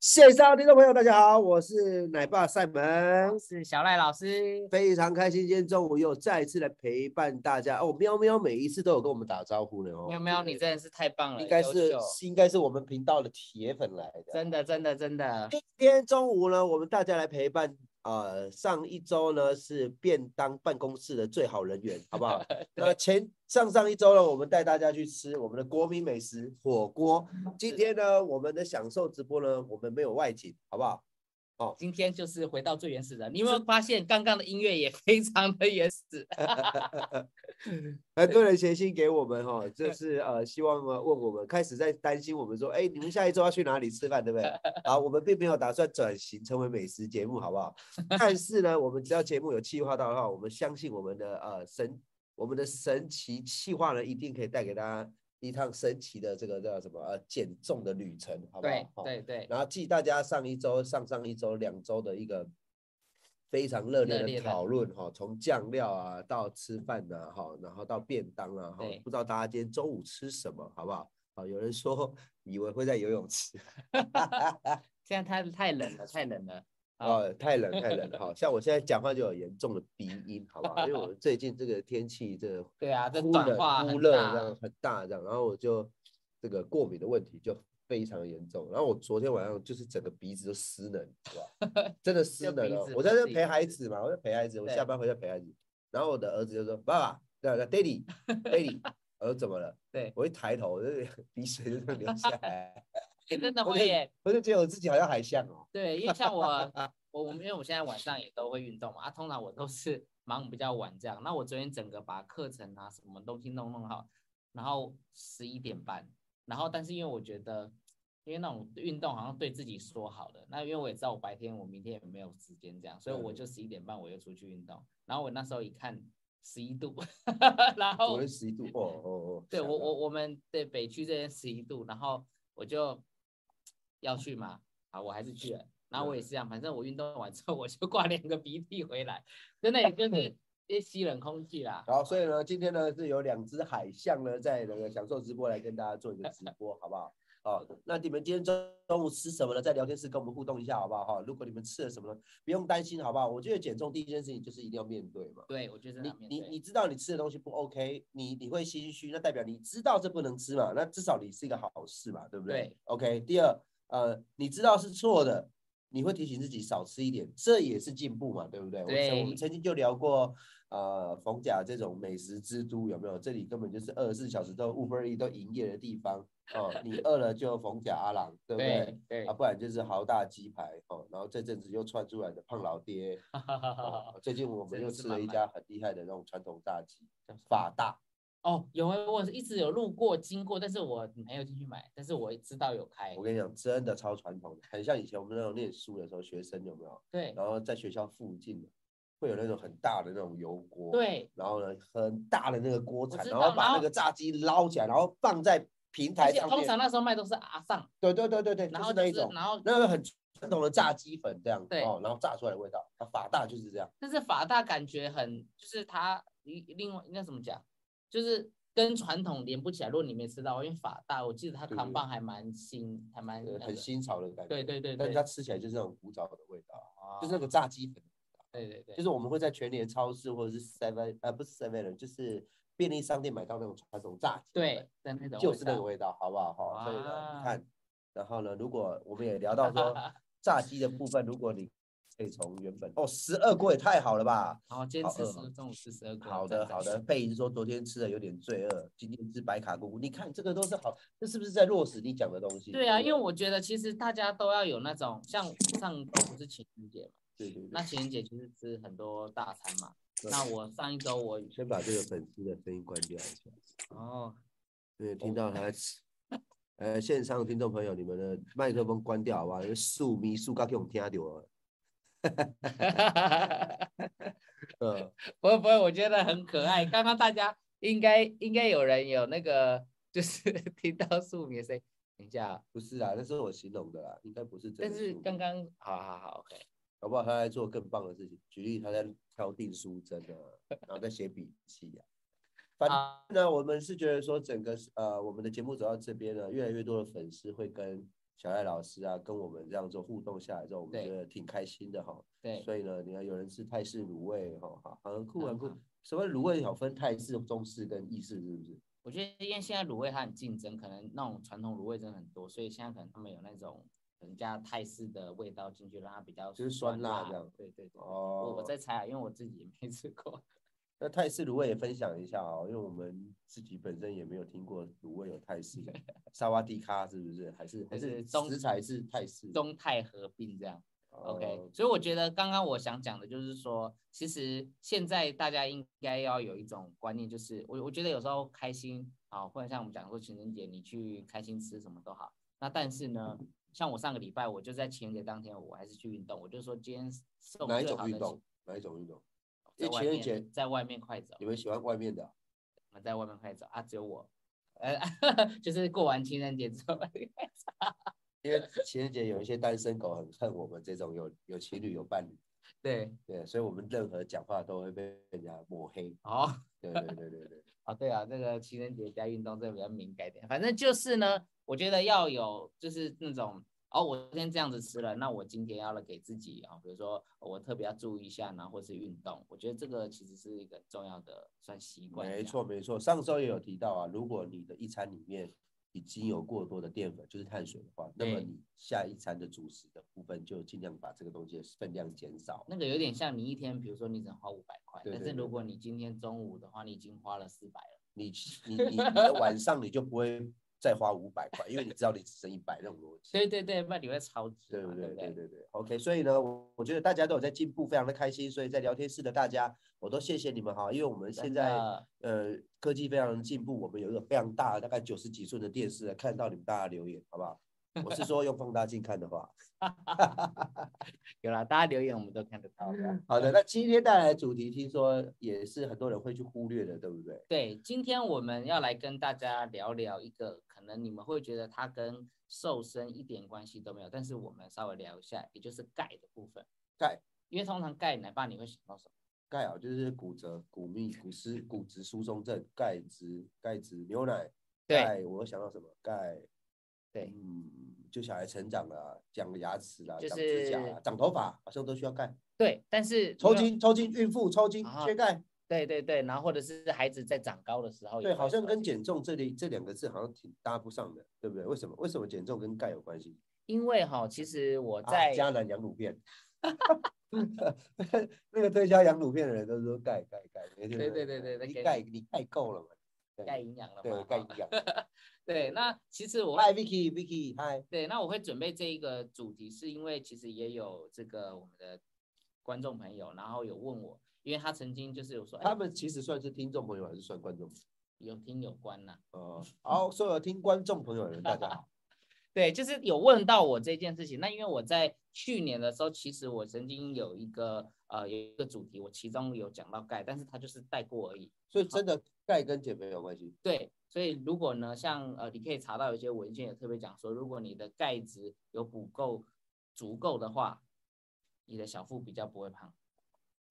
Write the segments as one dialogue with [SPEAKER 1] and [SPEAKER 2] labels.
[SPEAKER 1] 线上听众朋友，大家好，我是奶爸赛门
[SPEAKER 2] 我，是小赖老师。
[SPEAKER 1] 非常开心，今天中午又再次来陪伴大家哦。喵喵，每一次都有跟我们打招呼的哦。
[SPEAKER 2] 喵喵，你真的是太棒了，
[SPEAKER 1] 应该
[SPEAKER 2] 优
[SPEAKER 1] 是
[SPEAKER 2] 秀
[SPEAKER 1] 应该是我们频道的铁粉来的。
[SPEAKER 2] 真的，真的，真的。
[SPEAKER 1] 今天中午呢，我们大家来陪伴。呃，上一周呢是便当办公室的最好人 员，好不好？那前上上一周呢，我们带大家去吃我们的国民美食火锅。今天呢，我们的享受直播呢，我们没有外景，好不好？
[SPEAKER 2] 今天就是回到最原始的，你有没有发现刚刚的音乐也 非常的原始？
[SPEAKER 1] 很多人呃写信给我们哈、哦，就是呃，希望呃问我们，开始在担心我们说，哎，你们下一周要去哪里吃饭，对不对？好，我们并没有打算转型成为美食节目，好不好？但是呢，我们只要节目有计划到的话，我们相信我们的呃神，我们的神奇计划呢，一定可以带给大家一趟神奇的这个叫什么呃减重的旅程，好不好？
[SPEAKER 2] 对
[SPEAKER 1] 好
[SPEAKER 2] 对对，
[SPEAKER 1] 然后记大家上一周、上上一周、两周的一个非常热
[SPEAKER 2] 热
[SPEAKER 1] 烈
[SPEAKER 2] 烈
[SPEAKER 1] 的
[SPEAKER 2] 的
[SPEAKER 1] 讨论哈，从酱料啊到吃饭呐、啊、哈，然后到便当啊哈
[SPEAKER 2] 对，
[SPEAKER 1] 不知道大家今天中午吃什么好不好？啊，有人说以为会在游泳池，
[SPEAKER 2] 现在太太冷了，太冷了。好，
[SPEAKER 1] 哦，太冷太 冷了，哈，像我现在讲话就有严重的鼻音，好不好？因为我最近这个天气这个
[SPEAKER 2] 对啊，这
[SPEAKER 1] 忽
[SPEAKER 2] 短
[SPEAKER 1] 冷
[SPEAKER 2] 话
[SPEAKER 1] 忽
[SPEAKER 2] 很
[SPEAKER 1] 热
[SPEAKER 2] 大
[SPEAKER 1] 这样很大这样，然后我就这个过敏的问题就非常严重，然后我昨天晚上就是整个鼻子都失能，好 吧？真的失
[SPEAKER 2] 就
[SPEAKER 1] 能
[SPEAKER 2] 鼻
[SPEAKER 1] 了
[SPEAKER 2] 子。
[SPEAKER 1] 我
[SPEAKER 2] 不
[SPEAKER 1] 在
[SPEAKER 2] 是
[SPEAKER 1] 这
[SPEAKER 2] 一
[SPEAKER 1] 陪
[SPEAKER 2] 个
[SPEAKER 1] 孩
[SPEAKER 2] 字
[SPEAKER 1] 子嘛，我在陪孩子，我
[SPEAKER 2] 对
[SPEAKER 1] 下班回家陪孩子，然后我的儿子就说：“爸爸，那那 daddy daddy，我说怎么了？”
[SPEAKER 2] 对
[SPEAKER 1] 我一抬头，我就鼻水就这样流下来，
[SPEAKER 2] 哎真的
[SPEAKER 1] 我
[SPEAKER 2] 会
[SPEAKER 1] 就
[SPEAKER 2] 耶。
[SPEAKER 1] 我就觉得我自己好像海象哦。
[SPEAKER 2] 对，因为像我，我我们因为我现在晚上也都会运动嘛，啊，通常我都是忙比较晚这样。那我昨天整个把课程啊什么东西弄弄好，然后十一点半，然后但是因为我觉得，因为那种运动好像对自己说好的，那因为我也知道我白天我明天也没有时间这样，所以我
[SPEAKER 1] 嗯
[SPEAKER 2] 就十一点半我又出去运动。然后我那时候一看十一度， 然后
[SPEAKER 1] 昨天十一度，哦哦哦。
[SPEAKER 2] 对
[SPEAKER 1] 吓
[SPEAKER 2] 我
[SPEAKER 1] 到
[SPEAKER 2] 我我们对北区这边十一度，然后我就要去嘛，啊，我还是去了。然
[SPEAKER 1] 嗯
[SPEAKER 2] 后我也是这样，反正我运动完之后我就挂两个鼻涕回来，真的 也就是也吸冷空气啦。
[SPEAKER 1] 好，所以呢，今天呢是有两只海象呢在那个享受直播来跟大家做一个直播，好不好？好，那你们今天中中午吃什么呢？在聊天室跟我们互动一下，好不好？哈，如果你们吃了什么呢，不用担心，好不好？我觉得减重第一件事情就是一定要面对嘛。
[SPEAKER 2] 对，我觉得
[SPEAKER 1] 你
[SPEAKER 2] 面
[SPEAKER 1] 你
[SPEAKER 2] 对
[SPEAKER 1] 你知道你吃的东西不 OK，你你会心虚，那代表你知道这不能吃嘛，那至少你是一个好事嘛，对不对
[SPEAKER 2] 对
[SPEAKER 1] o k 第二，呃，你知道是错的，你会提醒自己少吃一点，这也是进步嘛，对不对？我曾我们
[SPEAKER 2] 对
[SPEAKER 1] 曾经就聊过，呃，逢甲这种美食之都有没有？这里根本就是二十四小时都 Uber E 都营业的地方哦，你饿了就逢甲阿郎，对不对？
[SPEAKER 2] 对对
[SPEAKER 1] 啊，，不然就是豪大鸡排哦，然后这阵子又窜出来的胖老爹，
[SPEAKER 2] 啊
[SPEAKER 1] 哦，最近我们
[SPEAKER 2] 真
[SPEAKER 1] 又
[SPEAKER 2] 的是
[SPEAKER 1] 吃了
[SPEAKER 2] 慢
[SPEAKER 1] 一
[SPEAKER 2] 慢
[SPEAKER 1] 家很厉害的那种传统炸鸡
[SPEAKER 2] 叫什么，
[SPEAKER 1] 法大。
[SPEAKER 2] 哦，有欸我一直有路过经过，但是我没有进去买，但是我知道有开
[SPEAKER 1] 我。跟你讲，真的超传统的，很像以前我们那种念书的时候，学生有没有？
[SPEAKER 2] 对
[SPEAKER 1] 然后在学校附近会有那种很大的那种油锅，，
[SPEAKER 2] 对，
[SPEAKER 1] 然后呢很大的那个锅铲，
[SPEAKER 2] 知
[SPEAKER 1] 然后
[SPEAKER 2] 道
[SPEAKER 1] 把
[SPEAKER 2] 然
[SPEAKER 1] 那
[SPEAKER 2] 后
[SPEAKER 1] 个炸鸡捞起来，然后放在平
[SPEAKER 2] 而
[SPEAKER 1] 台
[SPEAKER 2] 且
[SPEAKER 1] 上
[SPEAKER 2] 通
[SPEAKER 1] 面
[SPEAKER 2] 常。那时候卖都是阿上，
[SPEAKER 1] 对对对对对，就
[SPEAKER 2] 然
[SPEAKER 1] 是
[SPEAKER 2] 后
[SPEAKER 1] 那
[SPEAKER 2] 就
[SPEAKER 1] 一
[SPEAKER 2] 是
[SPEAKER 1] 种，
[SPEAKER 2] 然后
[SPEAKER 1] 那个很传统的炸鸡粉这样，
[SPEAKER 2] 对
[SPEAKER 1] 哦，然后炸出来的味道。啊法大就是这样，
[SPEAKER 2] 但是法大感觉很，就是它一另外应该怎么讲，就是跟传统连不起来。如果你没吃到，因为法大，我记得它
[SPEAKER 1] 对对
[SPEAKER 2] 扛棒还蛮新，还蛮、那
[SPEAKER 1] 呃
[SPEAKER 2] 个
[SPEAKER 1] 很。新潮的感觉。
[SPEAKER 2] 对对 对
[SPEAKER 1] 但
[SPEAKER 2] 对，
[SPEAKER 1] 是它吃起来就是那种古早的味道，啊
[SPEAKER 2] 哦
[SPEAKER 1] 就是那个炸鸡粉。
[SPEAKER 2] 对对对，
[SPEAKER 1] 就是我们会在全联超市或者是 Seven 呃不是 Seven 就是便利商店买到那种传统炸鸡，
[SPEAKER 2] 对，的那 种
[SPEAKER 1] 就是那个
[SPEAKER 2] 味
[SPEAKER 1] 味道，好不好？哈、所以呢，你
[SPEAKER 2] 哇
[SPEAKER 1] 看，然后呢，如果我们也聊到 说炸鸡的部分，如果你可以从原本哦十二锅也太好了吧？
[SPEAKER 2] 然后今天
[SPEAKER 1] 好
[SPEAKER 2] 吃
[SPEAKER 1] 饿
[SPEAKER 2] 十
[SPEAKER 1] 哦
[SPEAKER 2] 个，中午吃十 二个。
[SPEAKER 1] 好的好的，，贝姨说昨天吃的有点罪恶，今天吃白卡姑姑，你看这个都是好，这是不是在落实你讲的东西？
[SPEAKER 2] 对啊，
[SPEAKER 1] 不
[SPEAKER 2] 因为我觉得其实大家都要有那种像上周不是情人节嘛，
[SPEAKER 1] 对对对
[SPEAKER 2] 那，情人节就是吃很多大餐嘛。
[SPEAKER 1] 对
[SPEAKER 2] 那我上一周我
[SPEAKER 1] 先把这个粉丝的声音关掉一下。
[SPEAKER 2] 哦，
[SPEAKER 1] 对，听到他在吃。呃，线上听众朋友，你们的麦克风关掉好不好？因为树迷树刚给我们听到了。嗯，
[SPEAKER 2] 不会不会，我觉得很可爱。刚刚大家应该应该有人有那个，就是 听到素米的声音。等一下啊，
[SPEAKER 1] 不是啊，那是我形容的啦，应该不是真
[SPEAKER 2] 但
[SPEAKER 1] 的
[SPEAKER 2] 是
[SPEAKER 1] 树迷。
[SPEAKER 2] 刚刚好好好，OK，
[SPEAKER 1] 搞不好他在做更棒的事情，举例他在挑订书针 啊，然后在写笔记啊。反正
[SPEAKER 2] 啊，
[SPEAKER 1] 呢，我们是觉得说整个呃我们的节目走到这边呢，越来越多的粉丝会跟小赖老师啊，跟我们这样做互动下来之后，我们
[SPEAKER 2] 对
[SPEAKER 1] 觉得挺开心的哈。
[SPEAKER 2] 对，
[SPEAKER 1] 所以呢，你看有人吃泰式卤味哈，好很酷很酷
[SPEAKER 2] 嗯。
[SPEAKER 1] 什么卤味有分泰式、中式跟意式，是不是？
[SPEAKER 2] 我觉得因为现在卤味它很竞争，可能那种传统卤味真的很多，所以现在可能他们有那种可能加泰式的味道进去，让它比较
[SPEAKER 1] 就是
[SPEAKER 2] 酸
[SPEAKER 1] 酸辣
[SPEAKER 2] 辣
[SPEAKER 1] 这样
[SPEAKER 2] 对对对，我我
[SPEAKER 1] 哦，
[SPEAKER 2] 在猜啊，因为我自己也没吃过。
[SPEAKER 1] 那泰式卤味也分享一下哦，因为我们自己本身也没有听过卤味有泰 式的，沙瓦迪卡是不是？还是还
[SPEAKER 2] 就是
[SPEAKER 1] 是
[SPEAKER 2] 中
[SPEAKER 1] 食材是泰式的？
[SPEAKER 2] 中泰合并这样。
[SPEAKER 1] 哦
[SPEAKER 2] OK，所以我觉得刚刚我想讲的就是说，其实现在大家应该要有一种观念，就是我我觉得有时候开心啊，或者像我们讲说情人节你去开心吃什么都好，那但是呢，像我上个礼拜我就在情人节当天我还是去运动，我就说今天送
[SPEAKER 1] 哪一
[SPEAKER 2] 最
[SPEAKER 1] 种
[SPEAKER 2] 好的
[SPEAKER 1] 运动？哪一种运动？因
[SPEAKER 2] 在
[SPEAKER 1] 为
[SPEAKER 2] 外
[SPEAKER 1] 情人节
[SPEAKER 2] 面在外面快走，
[SPEAKER 1] 你们喜欢外面的啊？
[SPEAKER 2] 我们在外面快走啊，只有我，呃， 就是过完情人节之后，
[SPEAKER 1] 因为情人节有一些单身狗很恨我们这种有有情侣有伴侣，
[SPEAKER 2] 对，
[SPEAKER 1] 对，所以我们任何讲话都会被人家抹黑。
[SPEAKER 2] 好。
[SPEAKER 1] 对对对对对，
[SPEAKER 2] 啊，对啊，这个情人节加运动这个比较敏感一点。反正就是呢，我觉得要有就是那种哦，我今天这样子吃了，那我今天要给自己啊、比如说我特别要注意一下，然后或是运动。我觉得这个其实是一个很重要的算习惯。
[SPEAKER 1] 没，错没错。上周也有提到啊，如果你的一餐里面已经有过多的淀粉，就是碳水的话，那么
[SPEAKER 2] 对
[SPEAKER 1] 你下一餐的主食的部分就尽量把这个东西的分量减少。
[SPEAKER 2] 那个有点像你一天，比如说你只能花五百块，
[SPEAKER 1] 对
[SPEAKER 2] 但
[SPEAKER 1] 对
[SPEAKER 2] 是
[SPEAKER 1] 对
[SPEAKER 2] 如果你今天中午的话，你已经花了四百了。
[SPEAKER 1] 你你你你的晚上你就不会再花五百块，因为你知道你只剩一百，那种逻辑。
[SPEAKER 2] 对对对，不然你会超支
[SPEAKER 1] 对
[SPEAKER 2] 嘛，
[SPEAKER 1] 不
[SPEAKER 2] 对
[SPEAKER 1] 对？
[SPEAKER 2] 不
[SPEAKER 1] 对对
[SPEAKER 2] 对？
[SPEAKER 1] 对，OK。所以呢，我我觉得大家都有在进步，非常的开心。所以在聊天室的大家，我都谢谢你们哈，因为我们
[SPEAKER 2] 真
[SPEAKER 1] 现在
[SPEAKER 2] 的
[SPEAKER 1] 呃科技非常的进步，我们有一个非常大的，大概九十几寸的电视，看到你们大家留言，好不好？我是说用放大镜看的 话。
[SPEAKER 2] 有啦，大家留言我们都看得到的。
[SPEAKER 1] 好的，那今天带来的主题，听说也是很多人会去忽略的，对不对？
[SPEAKER 2] 对，今天我们要来跟大家聊聊一个，可能你们会觉得它跟瘦身一点关系都没有，但是我们稍微聊一下，也就是钙的部分。
[SPEAKER 1] 钙，
[SPEAKER 2] 因为通常钙奶爸你会想到什么？
[SPEAKER 1] 钙啊，就是骨折、骨密、骨丝、骨质疏松症、钙质、钙质、牛奶。
[SPEAKER 2] 对
[SPEAKER 1] 钙，我想到什么？钙，
[SPEAKER 2] 对
[SPEAKER 1] 嗯，就小孩成长了，长牙齿啦，
[SPEAKER 2] 就
[SPEAKER 1] 长指甲啦
[SPEAKER 2] 是，
[SPEAKER 1] 长头发，好像都需要钙。
[SPEAKER 2] 对，但是
[SPEAKER 1] 抽
[SPEAKER 2] 没有，
[SPEAKER 1] 筋，抽筋，孕妇抽筋
[SPEAKER 2] 啊
[SPEAKER 1] 缺钙，
[SPEAKER 2] 对对对，然后或者是孩子在长高的时候也
[SPEAKER 1] 对，
[SPEAKER 2] 会抽筋，
[SPEAKER 1] 好像跟减重这里这两个字好像挺搭不上的，对不对？为什么？为什么减重跟钙有关系？
[SPEAKER 2] 因为哈，其实我
[SPEAKER 1] 啊
[SPEAKER 2] 在、
[SPEAKER 1] 迦南羊乳片。 那个推销羊乳片的人都说钙钙钙，对
[SPEAKER 2] 对对对对
[SPEAKER 1] 你
[SPEAKER 2] 给
[SPEAKER 1] 钙你钙够了嘛？对
[SPEAKER 2] 钙营养了
[SPEAKER 1] 对
[SPEAKER 2] 嘛，
[SPEAKER 1] 钙
[SPEAKER 2] 哈
[SPEAKER 1] 营养。
[SPEAKER 2] 对，那其实我
[SPEAKER 1] 嗨，Vicky Vicky，嗨，
[SPEAKER 2] 对，那我会准备这一个主题，是因为其实也有这个我们的观众朋友，然后有问我，因为他曾经就是有说，哎
[SPEAKER 1] 他们其实算是听众朋友还是算观众？
[SPEAKER 2] 有听有关呐、
[SPEAKER 1] 呃，好，所有听观众朋友的人，大家好。
[SPEAKER 2] 对，就是有问到我这件事情。那因为我在去年的时候，其实我曾经有一个呃有一个主题，我其中有讲到钙，但是它就是带过而已。
[SPEAKER 1] 所以真的钙跟减肥有关系。
[SPEAKER 2] 对，所以如果呢，像呃，你可以查到有些文献也特别讲说，如果你的钙质有补够足够的话，你的小腹比较不会胖。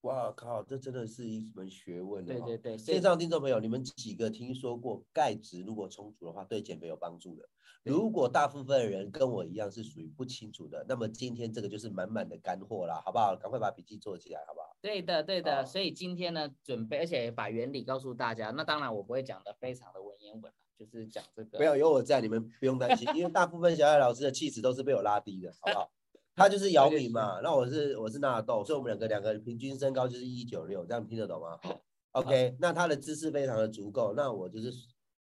[SPEAKER 1] 哇靠，这真的是一门学问了
[SPEAKER 2] 对
[SPEAKER 1] 哈
[SPEAKER 2] 对对，所以
[SPEAKER 1] 线上听众朋友，你们几个听说过钙质如果充足的话，对减肥有帮助的？如果大部分人跟我一样是属于不清楚的，那么今天这个就是满满的干货啦，好不好？赶快把笔记做起来，好不好？
[SPEAKER 2] 对的，对的，
[SPEAKER 1] 哦
[SPEAKER 2] 所以今天呢，准备而且把原理告诉大家。那当然，我不会讲的非常的文言文啊，就是讲这个
[SPEAKER 1] 没有有我在，你们不用担心，因为大部分小艾老师的气质都是被我拉低的，好不好？他就是姚明嘛，那我是我是纳豆，所以我们两个两个人平均身高就是一九六，这样听得懂吗？好 OK，那他的知识非常的足够，那我就是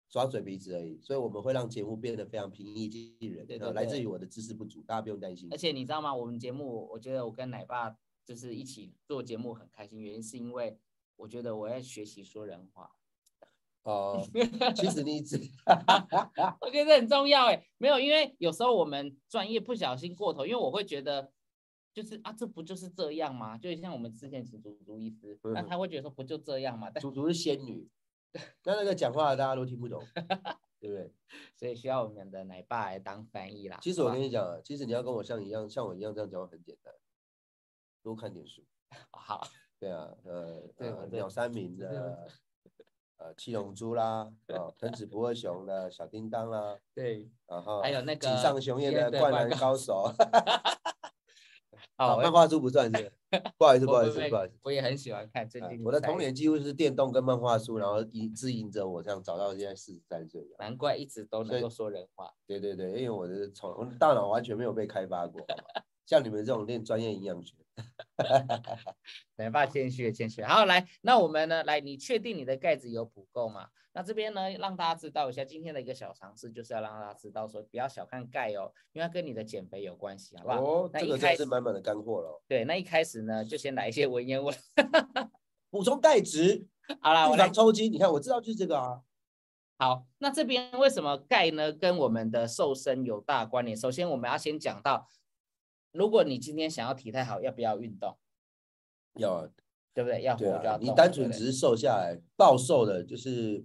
[SPEAKER 1] 耍嘴皮子而已，所以我们会让节目变得非常平易近人，
[SPEAKER 2] 对对
[SPEAKER 1] 呃来自
[SPEAKER 2] 对
[SPEAKER 1] 于我的知识不足，大家不用担心
[SPEAKER 2] 而。且你知道吗？我们节目，我觉得我跟奶爸就是一起做节目很开心，原因是因为我觉得我要学习说人话，
[SPEAKER 1] 哦、其实你只
[SPEAKER 2] 我觉得很重要哎。没有，因为有时候我们专业不小心过头，因为我会觉得就是啊，这不就是这样吗？就像我们之前请足足医师，那
[SPEAKER 1] 嗯
[SPEAKER 2] 他会觉得说不就这样嘛，但
[SPEAKER 1] 足足是仙 女，那那个讲话大家都听不懂，对不对？
[SPEAKER 2] 所以需要我们的奶爸来当翻译啦。
[SPEAKER 1] 其实我
[SPEAKER 2] 好吧
[SPEAKER 1] 跟你讲啊，其实你要跟我像一样，像我一样这样讲话很简单，多看点书。
[SPEAKER 2] 好。
[SPEAKER 1] 对啊，呃，
[SPEAKER 2] 对
[SPEAKER 1] 呃
[SPEAKER 2] 我对
[SPEAKER 1] 鸟山明
[SPEAKER 2] 这就
[SPEAKER 1] 的呃七龙珠 啦，啊藤子不二雄的小叮当啦，
[SPEAKER 2] 对，
[SPEAKER 1] 然后
[SPEAKER 2] 还有那
[SPEAKER 1] 哦井
[SPEAKER 2] 个
[SPEAKER 1] 上雄彦的
[SPEAKER 2] 对
[SPEAKER 1] 灌
[SPEAKER 2] 灌
[SPEAKER 1] 篮高手，啊
[SPEAKER 2] 好，
[SPEAKER 1] 漫画书不算是，不好意思
[SPEAKER 2] 我
[SPEAKER 1] 不好意
[SPEAKER 2] 我
[SPEAKER 1] 思
[SPEAKER 2] 也
[SPEAKER 1] 不好意思。
[SPEAKER 2] 我也很喜欢 看最
[SPEAKER 1] 啊
[SPEAKER 2] 近
[SPEAKER 1] 我的
[SPEAKER 2] 在
[SPEAKER 1] 童年几乎是电动跟漫画书，然后引指引着我这样找到现在四十三岁了。
[SPEAKER 2] 难怪一直都
[SPEAKER 1] 所
[SPEAKER 2] 能
[SPEAKER 1] 以
[SPEAKER 2] 够说人话。
[SPEAKER 1] 对对对，因为我的从我的大脑完全没有被开发过，好吧像你们这种练专业营养学，
[SPEAKER 2] 没办法，谦虚也谦虚。好，来，那我们呢？来，你确定你的盖子有补够吗？那这边呢，让大家知道一下今天的一个小常识，就是要让大家知道说，不要小看钙哦，因为它跟你的减肥有关系，好不好？
[SPEAKER 1] 哦，
[SPEAKER 2] 那
[SPEAKER 1] 这
[SPEAKER 2] 一
[SPEAKER 1] 个
[SPEAKER 2] 开
[SPEAKER 1] 真是
[SPEAKER 2] 始
[SPEAKER 1] 满满的干货了。
[SPEAKER 2] 对，那一开始呢，就先来一些文言文。
[SPEAKER 1] 补充钙质，
[SPEAKER 2] 嗯好啦，
[SPEAKER 1] 预
[SPEAKER 2] 我来
[SPEAKER 1] 防抽筋，你看我知道就是这个啊。
[SPEAKER 2] 好，那这边为什么钙呢跟我们的瘦身有大关联？首先，我们要先讲到，如果你今天想要体态好，要不要运动，
[SPEAKER 1] 要啊
[SPEAKER 2] 对不对？要活
[SPEAKER 1] 对
[SPEAKER 2] 就要
[SPEAKER 1] 啊，
[SPEAKER 2] 动
[SPEAKER 1] 你
[SPEAKER 2] 嘛，
[SPEAKER 1] 单
[SPEAKER 2] 对
[SPEAKER 1] 纯
[SPEAKER 2] 不对
[SPEAKER 1] 只是瘦下来，暴瘦的就是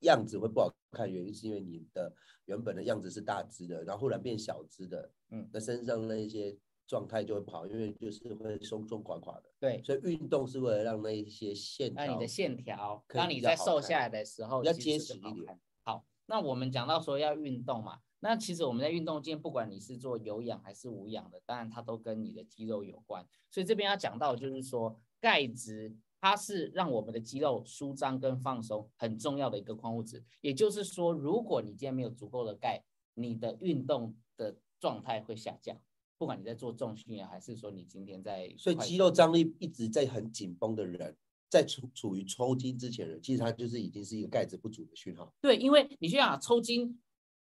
[SPEAKER 1] 样子会不好看，原因是因为你的原本的样子是大只的，然后忽然变小只的，
[SPEAKER 2] 嗯
[SPEAKER 1] 那身上那一些状态就会不好，因为就是会松松垮垮的。
[SPEAKER 2] 对，
[SPEAKER 1] 所以运动是为了让那一些线
[SPEAKER 2] 那你
[SPEAKER 1] 条
[SPEAKER 2] 的线条，
[SPEAKER 1] 可以
[SPEAKER 2] 当
[SPEAKER 1] 比
[SPEAKER 2] 你
[SPEAKER 1] 较
[SPEAKER 2] 在
[SPEAKER 1] 好
[SPEAKER 2] 瘦
[SPEAKER 1] 看
[SPEAKER 2] 下来的时候，
[SPEAKER 1] 比较
[SPEAKER 2] 其实
[SPEAKER 1] 结
[SPEAKER 2] 是
[SPEAKER 1] 实一
[SPEAKER 2] 更好
[SPEAKER 1] 点
[SPEAKER 2] 看。好，那我们讲到说要运动嘛，那其实我们在运动间，不管你是做有氧还是无氧的，当然它都跟你的肌肉有关。所以这边要讲到就是说，钙质它是让我们的肌肉舒张跟放松很重要的一个矿物质。也就是说，如果你今天没有足够的钙，你的运动的状态会下降，不管你在做重训啊，还是说你今天在
[SPEAKER 1] 所以
[SPEAKER 2] 快
[SPEAKER 1] 肌肉张力一直在很紧绷的人，在处处于抽筋之前的人，其实他就是已经是一个钙质不足的讯号。
[SPEAKER 2] 对，因为你去想抽筋，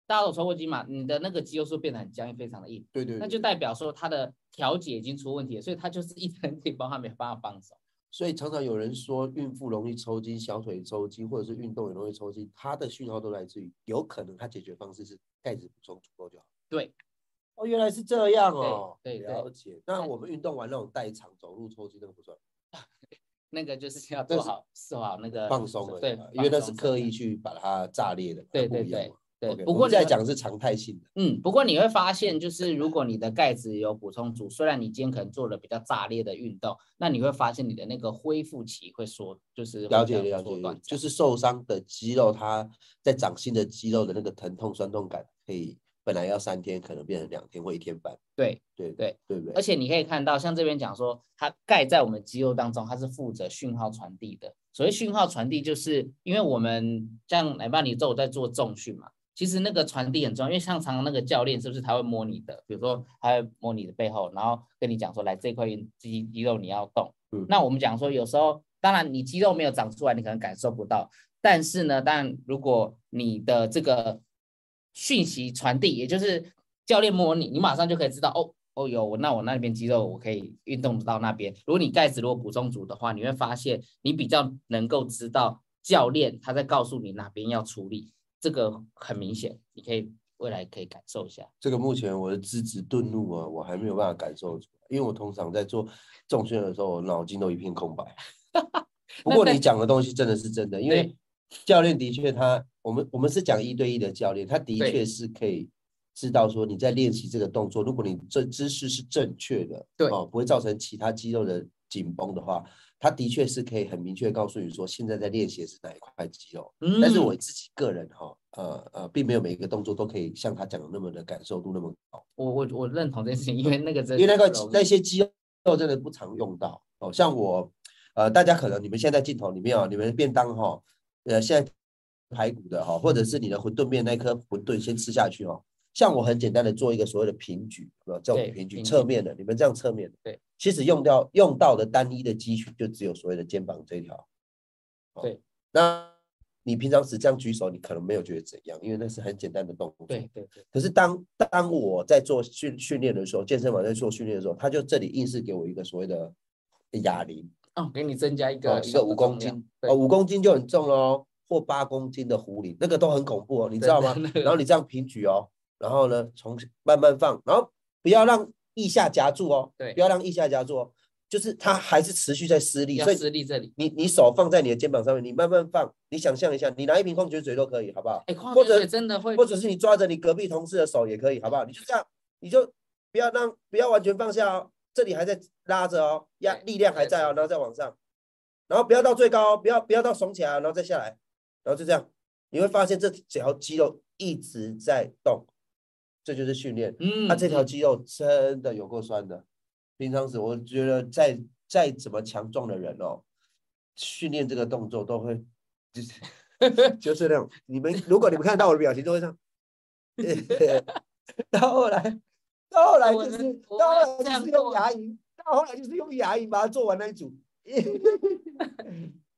[SPEAKER 2] 大家都有抽过筋嘛，你的那个肌肉束变得很僵硬，非常的硬，
[SPEAKER 1] 对对
[SPEAKER 2] 那就代表说它的调节已经出问题了，所以它就是一直很紧绷，它没有办法放松。
[SPEAKER 1] 所以常常有人说孕妇容易抽筋、小腿抽筋，或者是运动也容易抽筋，它的讯号都来自于有可能它解决方式是钙质补充足够就好。
[SPEAKER 2] 对，
[SPEAKER 1] 哦，原来是这样哦，
[SPEAKER 2] 对对对
[SPEAKER 1] 了解。那
[SPEAKER 2] 那
[SPEAKER 1] 我们运动完那种代偿走路抽筋那个不算
[SPEAKER 2] 那个就是 要
[SPEAKER 1] 但
[SPEAKER 2] 做
[SPEAKER 1] 是
[SPEAKER 2] 好做好那个
[SPEAKER 1] 放松了，啊
[SPEAKER 2] 对，
[SPEAKER 1] 因为那
[SPEAKER 2] 放
[SPEAKER 1] 是
[SPEAKER 2] 松
[SPEAKER 1] 刻
[SPEAKER 2] 身
[SPEAKER 1] 意
[SPEAKER 2] 体
[SPEAKER 1] 去把它炸裂的嘛，
[SPEAKER 2] 对
[SPEAKER 1] 那不
[SPEAKER 2] 对
[SPEAKER 1] 一样
[SPEAKER 2] 对
[SPEAKER 1] 嘛。
[SPEAKER 2] 对。
[SPEAKER 1] OK，
[SPEAKER 2] 不
[SPEAKER 1] 我
[SPEAKER 2] 过
[SPEAKER 1] 们
[SPEAKER 2] 你
[SPEAKER 1] 现
[SPEAKER 2] 会
[SPEAKER 1] 在讲是常态性的，
[SPEAKER 2] 嗯，不过你会发现，就是如果你的钙质有补充足，虽然你今天可能做了比较炸裂的运动，那你会发现你的那个恢复期会缩，就是会
[SPEAKER 1] 了
[SPEAKER 2] 比
[SPEAKER 1] 解
[SPEAKER 2] 较
[SPEAKER 1] 了
[SPEAKER 2] 缩
[SPEAKER 1] 解
[SPEAKER 2] 短，
[SPEAKER 1] 就
[SPEAKER 2] 这样
[SPEAKER 1] 是受伤的肌肉，它在长新的肌肉的那个疼痛、酸痛感，可以本来要三天，可能变成两天或一天半，
[SPEAKER 2] 对
[SPEAKER 1] 对
[SPEAKER 2] 对
[SPEAKER 1] 对不对
[SPEAKER 2] 而？且你可以看到，像这边讲说，它钙在我们肌肉当中，它是负责讯号传递的。所谓讯号传递，就是因为我们像奶爸你都有在做重训嘛，其实那个传递很重要，因为像常常那个教练是不是他会摸你的，比如说他会摸你的背后，然后跟你讲说，来这块运肌肌肉你要动。
[SPEAKER 1] 嗯
[SPEAKER 2] 那我们讲说，有时候当然你肌肉没有长出来，你可能感受不到，但是呢，当然如果你的这个讯息传递，也就是教练摸你，你马上就可以知道哦。哦，有我那我那边肌肉我可以运动到那边。如果你钙质如果补充足的话，你会发现你比较能够知道教练他在告诉你哪边要处理，这个很明显，你可以未来可以感受一下。
[SPEAKER 1] 这个目前我的资质顿悟啊，我还没有办法感受出来，因为我通常在做重训的时候，我脑筋都一片空白。 不
[SPEAKER 2] 那
[SPEAKER 1] 过
[SPEAKER 2] 在
[SPEAKER 1] 你讲的东西真的是真的，因为
[SPEAKER 2] 对
[SPEAKER 1] 教练的确他，我们我们是讲一对一的教练，他的
[SPEAKER 2] 对
[SPEAKER 1] 确是可以知道说你在练习这个动作，如果你这姿势是正确的，
[SPEAKER 2] 对
[SPEAKER 1] 哦，不会造成其他肌肉的紧绷的话，他的确是可以很明确地告诉你说现在在练习的是哪一块肌肉。
[SPEAKER 2] 嗯
[SPEAKER 1] 但是我自己个人哈、呃呃，并没有每一个动作都可以像他讲的那么的感受度那么高，
[SPEAKER 2] 我我我认同这件事情，因为那个真
[SPEAKER 1] 因为那
[SPEAKER 2] 的
[SPEAKER 1] 个
[SPEAKER 2] 不容易
[SPEAKER 1] 那些肌肉真的不常用到哦。像我，呃，大家可能你们现在镜头里面啊、你们的便当哈、呃，现在排骨的哈、或者是你的馄饨面那颗馄饨先吃下去哦。像我很简单的做一个所谓的平举，有没有这
[SPEAKER 2] 对
[SPEAKER 1] 种平举
[SPEAKER 2] 平
[SPEAKER 1] 侧
[SPEAKER 2] 举
[SPEAKER 1] 面的，你们这样侧面的，
[SPEAKER 2] 对，
[SPEAKER 1] 其实用掉用到的单一的肌群就只有所谓的肩膀这一条，哦
[SPEAKER 2] 对，
[SPEAKER 1] 那你平常只这样举手，你可能没有觉得怎样，因为那是很简单的动作。
[SPEAKER 2] 对。对对，
[SPEAKER 1] 可是当当我在做训训练的时候，健身房在做训练的时候，他就这里硬是给我一个所谓的哑铃，
[SPEAKER 2] 哦，给你增加一
[SPEAKER 1] 哦
[SPEAKER 2] 个，
[SPEAKER 1] 一
[SPEAKER 2] 小
[SPEAKER 1] 个
[SPEAKER 2] 的
[SPEAKER 1] 五公
[SPEAKER 2] 重量
[SPEAKER 1] 斤，
[SPEAKER 2] 对
[SPEAKER 1] 哦，五公斤就很重哦，或八公斤的壶铃，那个都很恐怖哦，你知
[SPEAKER 2] 真
[SPEAKER 1] 道
[SPEAKER 2] 的
[SPEAKER 1] 吗
[SPEAKER 2] 那？个
[SPEAKER 1] 然后你这样平举哦，然后呢，从慢慢放，然后不要让腋下夹住哦，
[SPEAKER 2] 对
[SPEAKER 1] 不要让腋下夹住哦，就是它还是持续在施力，
[SPEAKER 2] 要
[SPEAKER 1] 所以
[SPEAKER 2] 施力这里。
[SPEAKER 1] 你你手放在你的肩膀上面，你慢慢放，你想象一下，你拿一瓶矿泉水都可以，好不好？
[SPEAKER 2] 哎，矿
[SPEAKER 1] 或
[SPEAKER 2] 泉
[SPEAKER 1] 者
[SPEAKER 2] 水真的会
[SPEAKER 1] 或者是你抓着你隔壁同事的手也可以，好不好？你就这样，你就不要让不要完全放下哦，这里还在拉着哦，压
[SPEAKER 2] 对
[SPEAKER 1] 力量还在哦，
[SPEAKER 2] 对
[SPEAKER 1] 然后再往上，然后不要到最高哦，不要不要到耸起来，然后再下来，然后就这样，你会发现这条肌肉一直在动，这就是训练。
[SPEAKER 2] 嗯，
[SPEAKER 1] 那、啊这条肌肉真的有够酸的，平常时我觉得再再怎么强壮的人哦，训练这个动作都会就是就是 那种你们如果你们看到我的表情都会 这样， 到后来到后来
[SPEAKER 2] 我
[SPEAKER 1] 就
[SPEAKER 2] 们
[SPEAKER 1] 是
[SPEAKER 2] 我
[SPEAKER 1] 到
[SPEAKER 2] 们
[SPEAKER 1] 后
[SPEAKER 2] 有这
[SPEAKER 1] 来
[SPEAKER 2] 样
[SPEAKER 1] 就是用
[SPEAKER 2] 过
[SPEAKER 1] 牙龈，到后来就是用牙龈把它做完那一 组。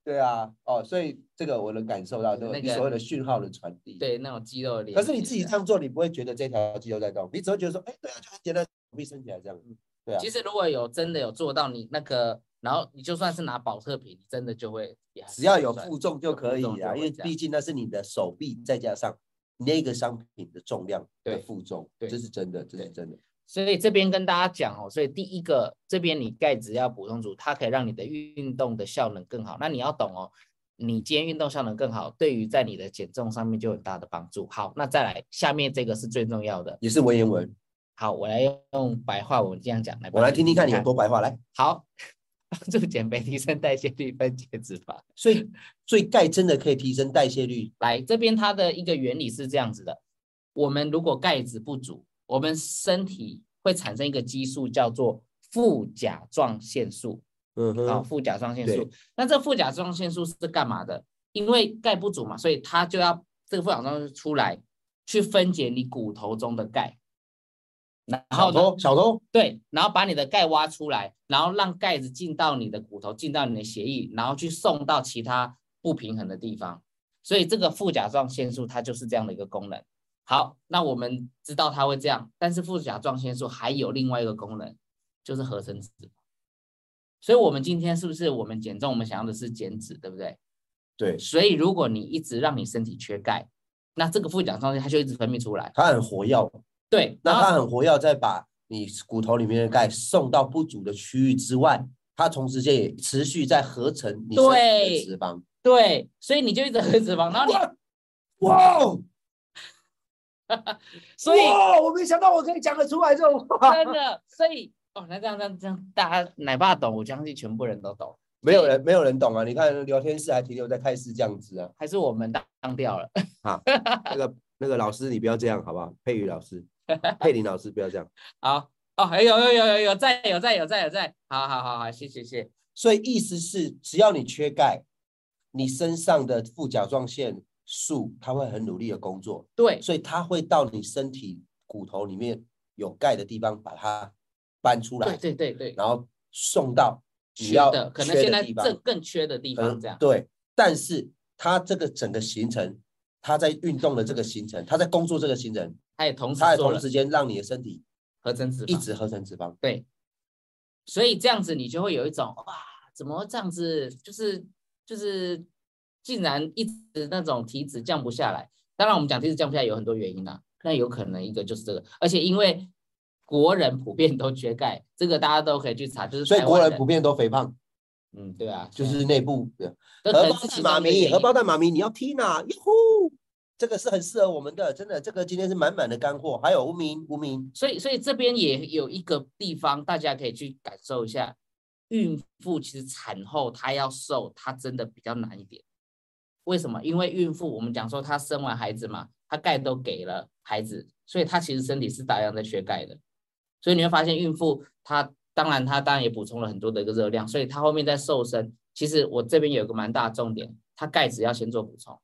[SPEAKER 1] 对啊，哦，所以这个我能感受到，这
[SPEAKER 2] 就
[SPEAKER 1] 个
[SPEAKER 2] 是那
[SPEAKER 1] 你
[SPEAKER 2] 个
[SPEAKER 1] 所谓的讯号的传递。
[SPEAKER 2] 对那种肌肉的连接
[SPEAKER 1] 可是
[SPEAKER 2] 的，
[SPEAKER 1] 你自己这样做，你不会觉得这条肌肉在动，你只会觉得说，哎，对啊，就很简单，手臂伸起来这样。
[SPEAKER 2] 嗯
[SPEAKER 1] 对啊
[SPEAKER 2] 其，实如果有真的有做到你那个，然后你就算是拿保特瓶，你真的就会也还是
[SPEAKER 1] 只要有
[SPEAKER 2] 啊算
[SPEAKER 1] 负重就
[SPEAKER 2] 有
[SPEAKER 1] 可
[SPEAKER 2] 负
[SPEAKER 1] 以
[SPEAKER 2] 重就
[SPEAKER 1] 啊，因为
[SPEAKER 2] 会这样
[SPEAKER 1] 毕竟那是你的手臂，再加上那个商品的重量的
[SPEAKER 2] 对
[SPEAKER 1] 负重，
[SPEAKER 2] 对
[SPEAKER 1] 这是真的，这是
[SPEAKER 2] 对
[SPEAKER 1] 真的。
[SPEAKER 2] 所以这边跟大家讲哦，所以第一个这边你钙质要补充足，它可以让你的运动的效能更好。那你要懂哦，你今天运动效能更好，对于在你的减重上面就有很大的帮助。好，那再来下面这个是最重要的。
[SPEAKER 1] 也是文言文，
[SPEAKER 2] 好，我来用白话文这样讲来，
[SPEAKER 1] 我来听听看你有。多白话来。
[SPEAKER 2] 好， 帮助减肥、提升代谢率、分解脂肪。
[SPEAKER 1] 所 以，所以钙真的可以提升代谢率，
[SPEAKER 2] 来，这边它的一个原理是这样子的：我们如果钙质不足，我们身体会产生一个激素叫做副甲状腺素
[SPEAKER 1] 嗯
[SPEAKER 2] 啊，
[SPEAKER 1] 哼，
[SPEAKER 2] 副甲状腺
[SPEAKER 1] 对
[SPEAKER 2] 素。那这副甲状腺素是干嘛的？因为钙不足嘛，所以它就要这个副甲状腺素出来去分解你骨头中的钙，然
[SPEAKER 1] 小
[SPEAKER 2] 后呢，
[SPEAKER 1] 偷，小偷，
[SPEAKER 2] 对，然后把你的钙挖出来，然后让钙子进到你的骨头，进到你的血液，然后去送到其他不平衡的地方。所以这个副甲状腺素它就是这样的一个功能。好，那我们知道它会这样，但是副甲状腺素还有另外一个功能，就是合成脂肪。所以我们今天是不是我们减重，我们想要的是减脂，对不对？
[SPEAKER 1] 对，
[SPEAKER 2] 所以如果你一直让你身体缺钙，那这个副甲状腺它就一直分泌出来。
[SPEAKER 1] 它很活药，
[SPEAKER 2] 对，
[SPEAKER 1] 那
[SPEAKER 2] 然后
[SPEAKER 1] 它很活药，再把你骨头里面的钙送到不足的区域之外，它同时间也持续在合成你身体
[SPEAKER 2] 对
[SPEAKER 1] 的脂肪。
[SPEAKER 2] 对，所以你就一直合成脂肪，然后你
[SPEAKER 1] 哇哇哦！
[SPEAKER 2] 所以
[SPEAKER 1] 哇，我没想到我可以讲得出来这种话，
[SPEAKER 2] 真的，所以哦，那这样这样这样，大家奶爸懂，我相信全部人都懂，
[SPEAKER 1] 没有人没有人懂啊！你看聊天室还停留在开始这样子啊，
[SPEAKER 2] 还是我们当当掉了。
[SPEAKER 1] 那个那个老师你不要这样好不好？佩宇老 师、佩林老师不要这样。
[SPEAKER 2] 好哦，哎有有有有有在有在有在有在，好好好好，谢谢谢，
[SPEAKER 1] 所以意思是，只要你缺钙，你身上的副甲状腺素它会很努力的工作，
[SPEAKER 2] 对
[SPEAKER 1] 所以它会到你身体骨头里面有钙的地方把它搬出
[SPEAKER 2] 对
[SPEAKER 1] 来，
[SPEAKER 2] 对对对，
[SPEAKER 1] 然后送到你
[SPEAKER 2] 缺
[SPEAKER 1] 要
[SPEAKER 2] 的可能
[SPEAKER 1] 缺
[SPEAKER 2] 现
[SPEAKER 1] 的
[SPEAKER 2] 在
[SPEAKER 1] 地方
[SPEAKER 2] 这更缺的地
[SPEAKER 1] 可
[SPEAKER 2] 方
[SPEAKER 1] 能
[SPEAKER 2] 这样，
[SPEAKER 1] 嗯对，但是他这个整个行程，他在运动的这个行程，他在工作这个行程，
[SPEAKER 2] 他也同时
[SPEAKER 1] 他在
[SPEAKER 2] 做
[SPEAKER 1] 同
[SPEAKER 2] 了
[SPEAKER 1] 时间让你的身体
[SPEAKER 2] 合成脂
[SPEAKER 1] 一
[SPEAKER 2] 肪，
[SPEAKER 1] 直合成脂肪。
[SPEAKER 2] 对，所以这样子你就会有一种哇，怎么会这样子？就是就是，竟然一直那种体脂降不下来。当然，我们讲体脂降不下来有很多原因啦、那有可能一个就是这个，而且因为国人普遍都缺钙，这个大家都可以去查，就是
[SPEAKER 1] 所以
[SPEAKER 2] 台
[SPEAKER 1] 国
[SPEAKER 2] 湾
[SPEAKER 1] 人普遍都肥胖，
[SPEAKER 2] 嗯，对啊，
[SPEAKER 1] 就是内部的。
[SPEAKER 2] 这可
[SPEAKER 1] 荷
[SPEAKER 2] 能
[SPEAKER 1] 包
[SPEAKER 2] 是
[SPEAKER 1] 蛋
[SPEAKER 2] 其中
[SPEAKER 1] 妈
[SPEAKER 2] 一个原
[SPEAKER 1] 咪，
[SPEAKER 2] 因
[SPEAKER 1] 荷包蛋妈咪，你要听啊！哟呼，这个是很适合我们的，真的，这个今天是满满的干货。还有无名，无名，
[SPEAKER 2] 所以，所以这边也有一个地方，大家可以去感受一下，孕妇其实产后她要瘦，她真的比较难一点。为什么？因为孕妇我们讲说她生完孩子嘛，她钙都给了孩子，所以她其实身体是大量在缺钙的。所以你会发现，孕妇她当然她当然也补充了很多的一个热量，所以她后面在瘦身。其实我这边有一个蛮大的重点，她钙质要先做补充。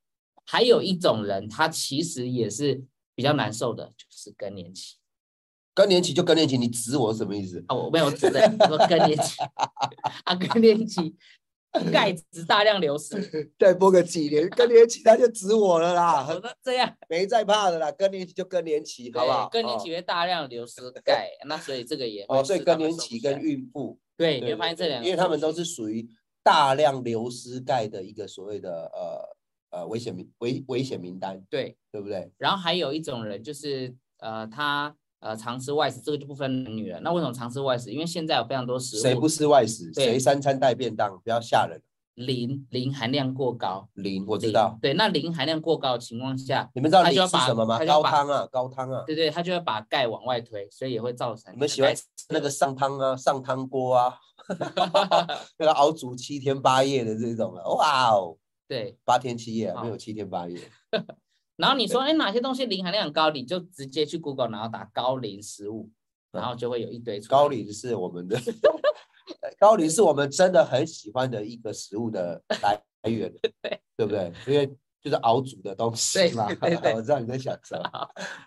[SPEAKER 2] 还有一种人，她其实也是比较难受的，就是更年期。
[SPEAKER 1] 更年期就更年期，你指我是什么意思？
[SPEAKER 2] 啊，我没有指的，我说更年期啊，更年期
[SPEAKER 1] 嗯
[SPEAKER 2] 钙质大量流 失，
[SPEAKER 1] 再播个几年，更年期他就指我了啦
[SPEAKER 2] 我说哦这样，
[SPEAKER 1] 没在怕的啦，更年期就更年期，好不好？
[SPEAKER 2] 对更年
[SPEAKER 1] 哦
[SPEAKER 2] 期会大量流失钙，那所以这个也
[SPEAKER 1] 哦，
[SPEAKER 2] 会
[SPEAKER 1] 所以
[SPEAKER 2] 使
[SPEAKER 1] 更
[SPEAKER 2] 他们
[SPEAKER 1] 年
[SPEAKER 2] 瘦不
[SPEAKER 1] 期
[SPEAKER 2] 下
[SPEAKER 1] 跟
[SPEAKER 2] 来
[SPEAKER 1] 孕妇
[SPEAKER 2] 对，你
[SPEAKER 1] 对
[SPEAKER 2] 会发
[SPEAKER 1] 对
[SPEAKER 2] 现这
[SPEAKER 1] 对
[SPEAKER 2] 两个，
[SPEAKER 1] 因为他们都是属于大量流失钙的一个所谓的呃呃危险名危危险名单，
[SPEAKER 2] 对，
[SPEAKER 1] 对不对？
[SPEAKER 2] 然后还有一种人就是呃，他呃常吃外食，这个就不分男女了。那为什么常吃外食？因为现在有非常多食物，
[SPEAKER 1] 谁不吃外食？
[SPEAKER 2] 对
[SPEAKER 1] 谁三餐带便当？不要吓人。
[SPEAKER 2] 磷磷含量过高。
[SPEAKER 1] 零，我知
[SPEAKER 2] 磷
[SPEAKER 1] 道。
[SPEAKER 2] 对，那磷含量过高的情况下，
[SPEAKER 1] 你们知道
[SPEAKER 2] 他
[SPEAKER 1] 零
[SPEAKER 2] 就要
[SPEAKER 1] 是
[SPEAKER 2] 把
[SPEAKER 1] 什么吗？
[SPEAKER 2] 他就
[SPEAKER 1] 高
[SPEAKER 2] 要把
[SPEAKER 1] 汤啊，高汤啊。
[SPEAKER 2] 对对，它就会把钙往外推，所以也会造成
[SPEAKER 1] 你们
[SPEAKER 2] 的
[SPEAKER 1] 喜欢
[SPEAKER 2] 钙
[SPEAKER 1] 吃那个上汤啊，上汤锅 啊，那个熬煮七天八夜的这种了，哇哦，
[SPEAKER 2] 对。
[SPEAKER 1] 八天七夜、啊、没
[SPEAKER 2] 好
[SPEAKER 1] 有七天八夜。
[SPEAKER 2] 然后你
[SPEAKER 1] 嗯
[SPEAKER 2] 说，哎，哪些东西磷含量很高？你就直接去 Google，然后打高磷食物，然
[SPEAKER 1] 嗯
[SPEAKER 2] 后就会有一堆出
[SPEAKER 1] 高
[SPEAKER 2] 来。
[SPEAKER 1] 龄是我 们的，高龄是我们真的很喜欢的一个食物的来源， 对不对？因为就是熬煮的东西
[SPEAKER 2] 对
[SPEAKER 1] 嘛。
[SPEAKER 2] 对对
[SPEAKER 1] 我知道你在想什么，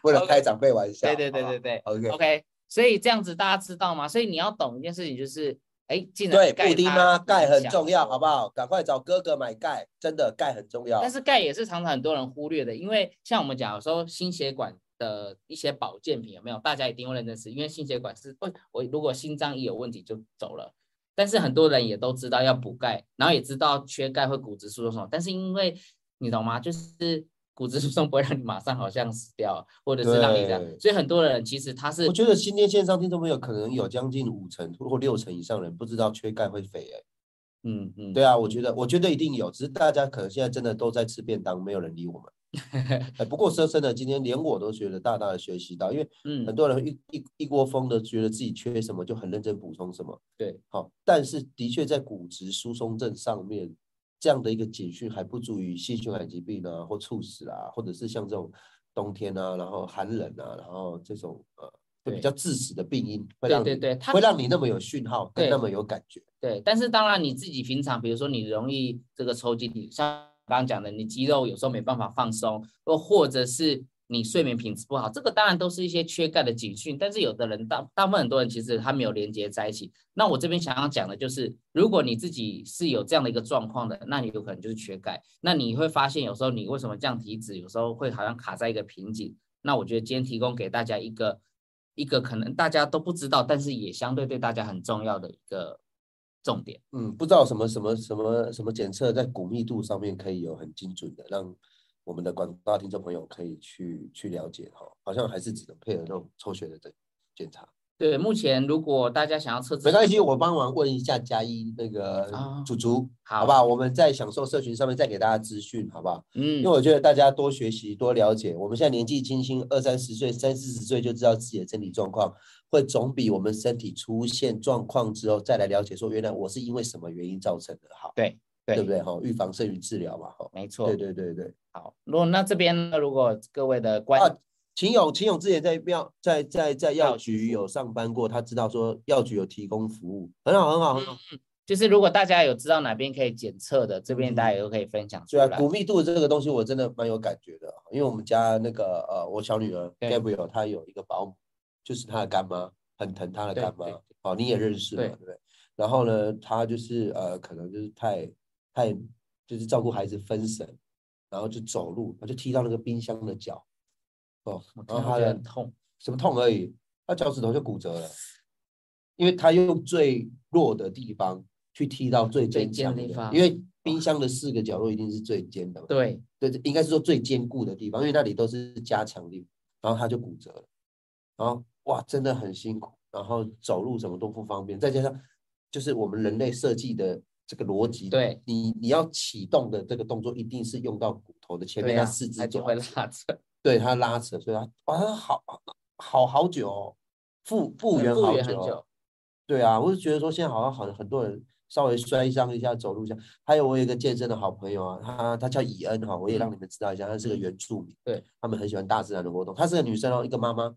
[SPEAKER 1] 不能开长辈玩笑。
[SPEAKER 2] 对对对
[SPEAKER 1] 好
[SPEAKER 2] 对对
[SPEAKER 1] 吧 OK
[SPEAKER 2] ，OK。所以这样子大家知道吗？所以你要懂一件事情，就是，哎，既然
[SPEAKER 1] 对，
[SPEAKER 2] 钙
[SPEAKER 1] 布丁
[SPEAKER 2] 它
[SPEAKER 1] 啊，
[SPEAKER 2] 影
[SPEAKER 1] 钙很
[SPEAKER 2] 响
[SPEAKER 1] 重要，
[SPEAKER 2] 说
[SPEAKER 1] 好不好？赶快找哥哥买钙，真的钙很重要。
[SPEAKER 2] 但是钙也是常常很多人忽略的，因为像我们讲，有时候心血管的一些保健品有没有，大家一定会认真吃，因为心血管是，哦我如果心脏一有问题就走了。但是很多人也都知道要补钙，然后也知道缺钙会骨质疏松什么，但是因为你懂吗？就是骨质疏松不会让你马上好像死掉，或者是让你这样
[SPEAKER 1] 对，
[SPEAKER 2] 所以很多人其实他是
[SPEAKER 1] 我觉得今天线上听众朋友可能有将近五成或六成以上人不知道缺钙会肥、欸，
[SPEAKER 2] 嗯嗯，
[SPEAKER 1] 对啊，我觉得我觉得一定有，只是大家可能现在真的都在吃便当，没有人理我们。哎，不过说真的，今天连我都觉得大大的学习到，因为
[SPEAKER 2] 嗯
[SPEAKER 1] 很多人一一一窝蜂的觉得自己缺什么就很认真补充什么。
[SPEAKER 2] 对，
[SPEAKER 1] 好，但是的确在骨质疏松症上面，这样的一个警讯还不足以心血管疾病啊，或猝死啊，或者是像这种冬天啊，然后寒冷啊，然后这种呃，就比
[SPEAKER 2] 对
[SPEAKER 1] 较致死的病因，会
[SPEAKER 2] 对
[SPEAKER 1] 让
[SPEAKER 2] 对
[SPEAKER 1] 你
[SPEAKER 2] 对，他
[SPEAKER 1] 会让你那么有讯号，跟
[SPEAKER 2] 对
[SPEAKER 1] 那么有感觉。
[SPEAKER 2] 对，但是当然你自己平常，比如说你容易这个抽筋，你像刚刚讲的，你肌肉有时候没办法放松，或或者是你睡眠品质不好，这个当然都是一些缺钙的警讯。但是有的人大大部分很多人其实他没有连接在一起。那我这边想要讲的就是，如果你自己是有这样的一个状况的，那你有可能就是缺钙。那你会发现有时候你为什么降体脂，有时候会好像卡在一个瓶颈。那我觉得今天提供给大家一个一个可能大家都不知道，但是也相对对大家很重要的一个重点。
[SPEAKER 1] 嗯，不知道什么什么什么什么检测在骨密度上面可以有很精准的，让我们的广大听众朋友可以去去了解哈。好像还是只能配合那种抽血的检检查。
[SPEAKER 2] 对，目前如果大家想要测脂
[SPEAKER 1] 没关系，我帮忙问一下加一那个
[SPEAKER 2] 啊
[SPEAKER 1] 主厨，
[SPEAKER 2] 好
[SPEAKER 1] 不好？我们在享受社群上面再给大家资讯，好不好？
[SPEAKER 2] 嗯
[SPEAKER 1] 因为，我觉得大家多学习、多了解，我们现在年纪轻轻，二三十岁、三四十岁就知道自己的身体状况，会总比我们身体出现状况之后再来了解说，原来我是因为什么原因造成的，好。
[SPEAKER 2] 对
[SPEAKER 1] 对不对？哈，预防胜于治疗嘛，哈。
[SPEAKER 2] 没错
[SPEAKER 1] 对，对对对。
[SPEAKER 2] 好。如果那这边呢，如果各位的观
[SPEAKER 1] 啊，秦勇，秦勇之前在药在在在药
[SPEAKER 2] 药局
[SPEAKER 1] 局
[SPEAKER 2] 服
[SPEAKER 1] 有上班过，他知道说药局有提供服务，很好很好
[SPEAKER 2] 嗯
[SPEAKER 1] 很好。
[SPEAKER 2] 就是如果大家有知道哪边可以检测的，这边大家也都可以分享出
[SPEAKER 1] 对啊
[SPEAKER 2] 来。，
[SPEAKER 1] 骨密度这个东西我真的蛮有感觉的，啊因为我们家那个呃，我小女儿
[SPEAKER 2] 对
[SPEAKER 1] Gabriel 她有一个保姆，就是她的干妈，很疼她的
[SPEAKER 2] 对
[SPEAKER 1] 干妈
[SPEAKER 2] 对。
[SPEAKER 1] 哦，你也认识嘛，
[SPEAKER 2] 对
[SPEAKER 1] 对不对？然后呢，她就是呃，可能就是太太就是照顾孩子分神，然后就走路，她就踢到那个冰箱的脚，哦，
[SPEAKER 2] 我
[SPEAKER 1] 然
[SPEAKER 2] 听
[SPEAKER 1] 后她
[SPEAKER 2] 到觉得
[SPEAKER 1] 的
[SPEAKER 2] 很痛。
[SPEAKER 1] 什么痛而已，他脚趾头就骨折了，因为他用最弱的地方去踢到最
[SPEAKER 2] 最
[SPEAKER 1] 坚
[SPEAKER 2] 尖
[SPEAKER 1] 强
[SPEAKER 2] 的地
[SPEAKER 1] 的
[SPEAKER 2] 方，
[SPEAKER 1] 因为冰箱的四个角落一定是最尖的嘛，
[SPEAKER 2] 对，
[SPEAKER 1] 对，应该是说最坚固的地方，因为那里都是加强力，然后他就骨折了，然后哇，真的很辛苦，然后走路什么都不方便，再加上就是我们人类设计的这个逻辑，
[SPEAKER 2] 对
[SPEAKER 1] 你你要启动的这个动作一定是用到骨头的前
[SPEAKER 2] 对啊
[SPEAKER 1] 面，那
[SPEAKER 2] 呀，
[SPEAKER 1] 四肢
[SPEAKER 2] 它
[SPEAKER 1] 走
[SPEAKER 2] 就会拉扯。
[SPEAKER 1] 对他拉扯，所以他哇，他好好好久哦，复复
[SPEAKER 2] 对
[SPEAKER 1] 原
[SPEAKER 2] 复
[SPEAKER 1] 好
[SPEAKER 2] 原
[SPEAKER 1] 久
[SPEAKER 2] 很
[SPEAKER 1] 哦、
[SPEAKER 2] 久
[SPEAKER 1] 对啊，我就觉得说现在好像很很多人稍微摔伤一下，走路一下。还有我有一个健身的好朋友啊，他他叫以恩哈、我也让你们知道一下，他是个原住民，
[SPEAKER 2] 嗯对，
[SPEAKER 1] 他们很喜欢大自然的活动。她是个女生哦，一个妈妈，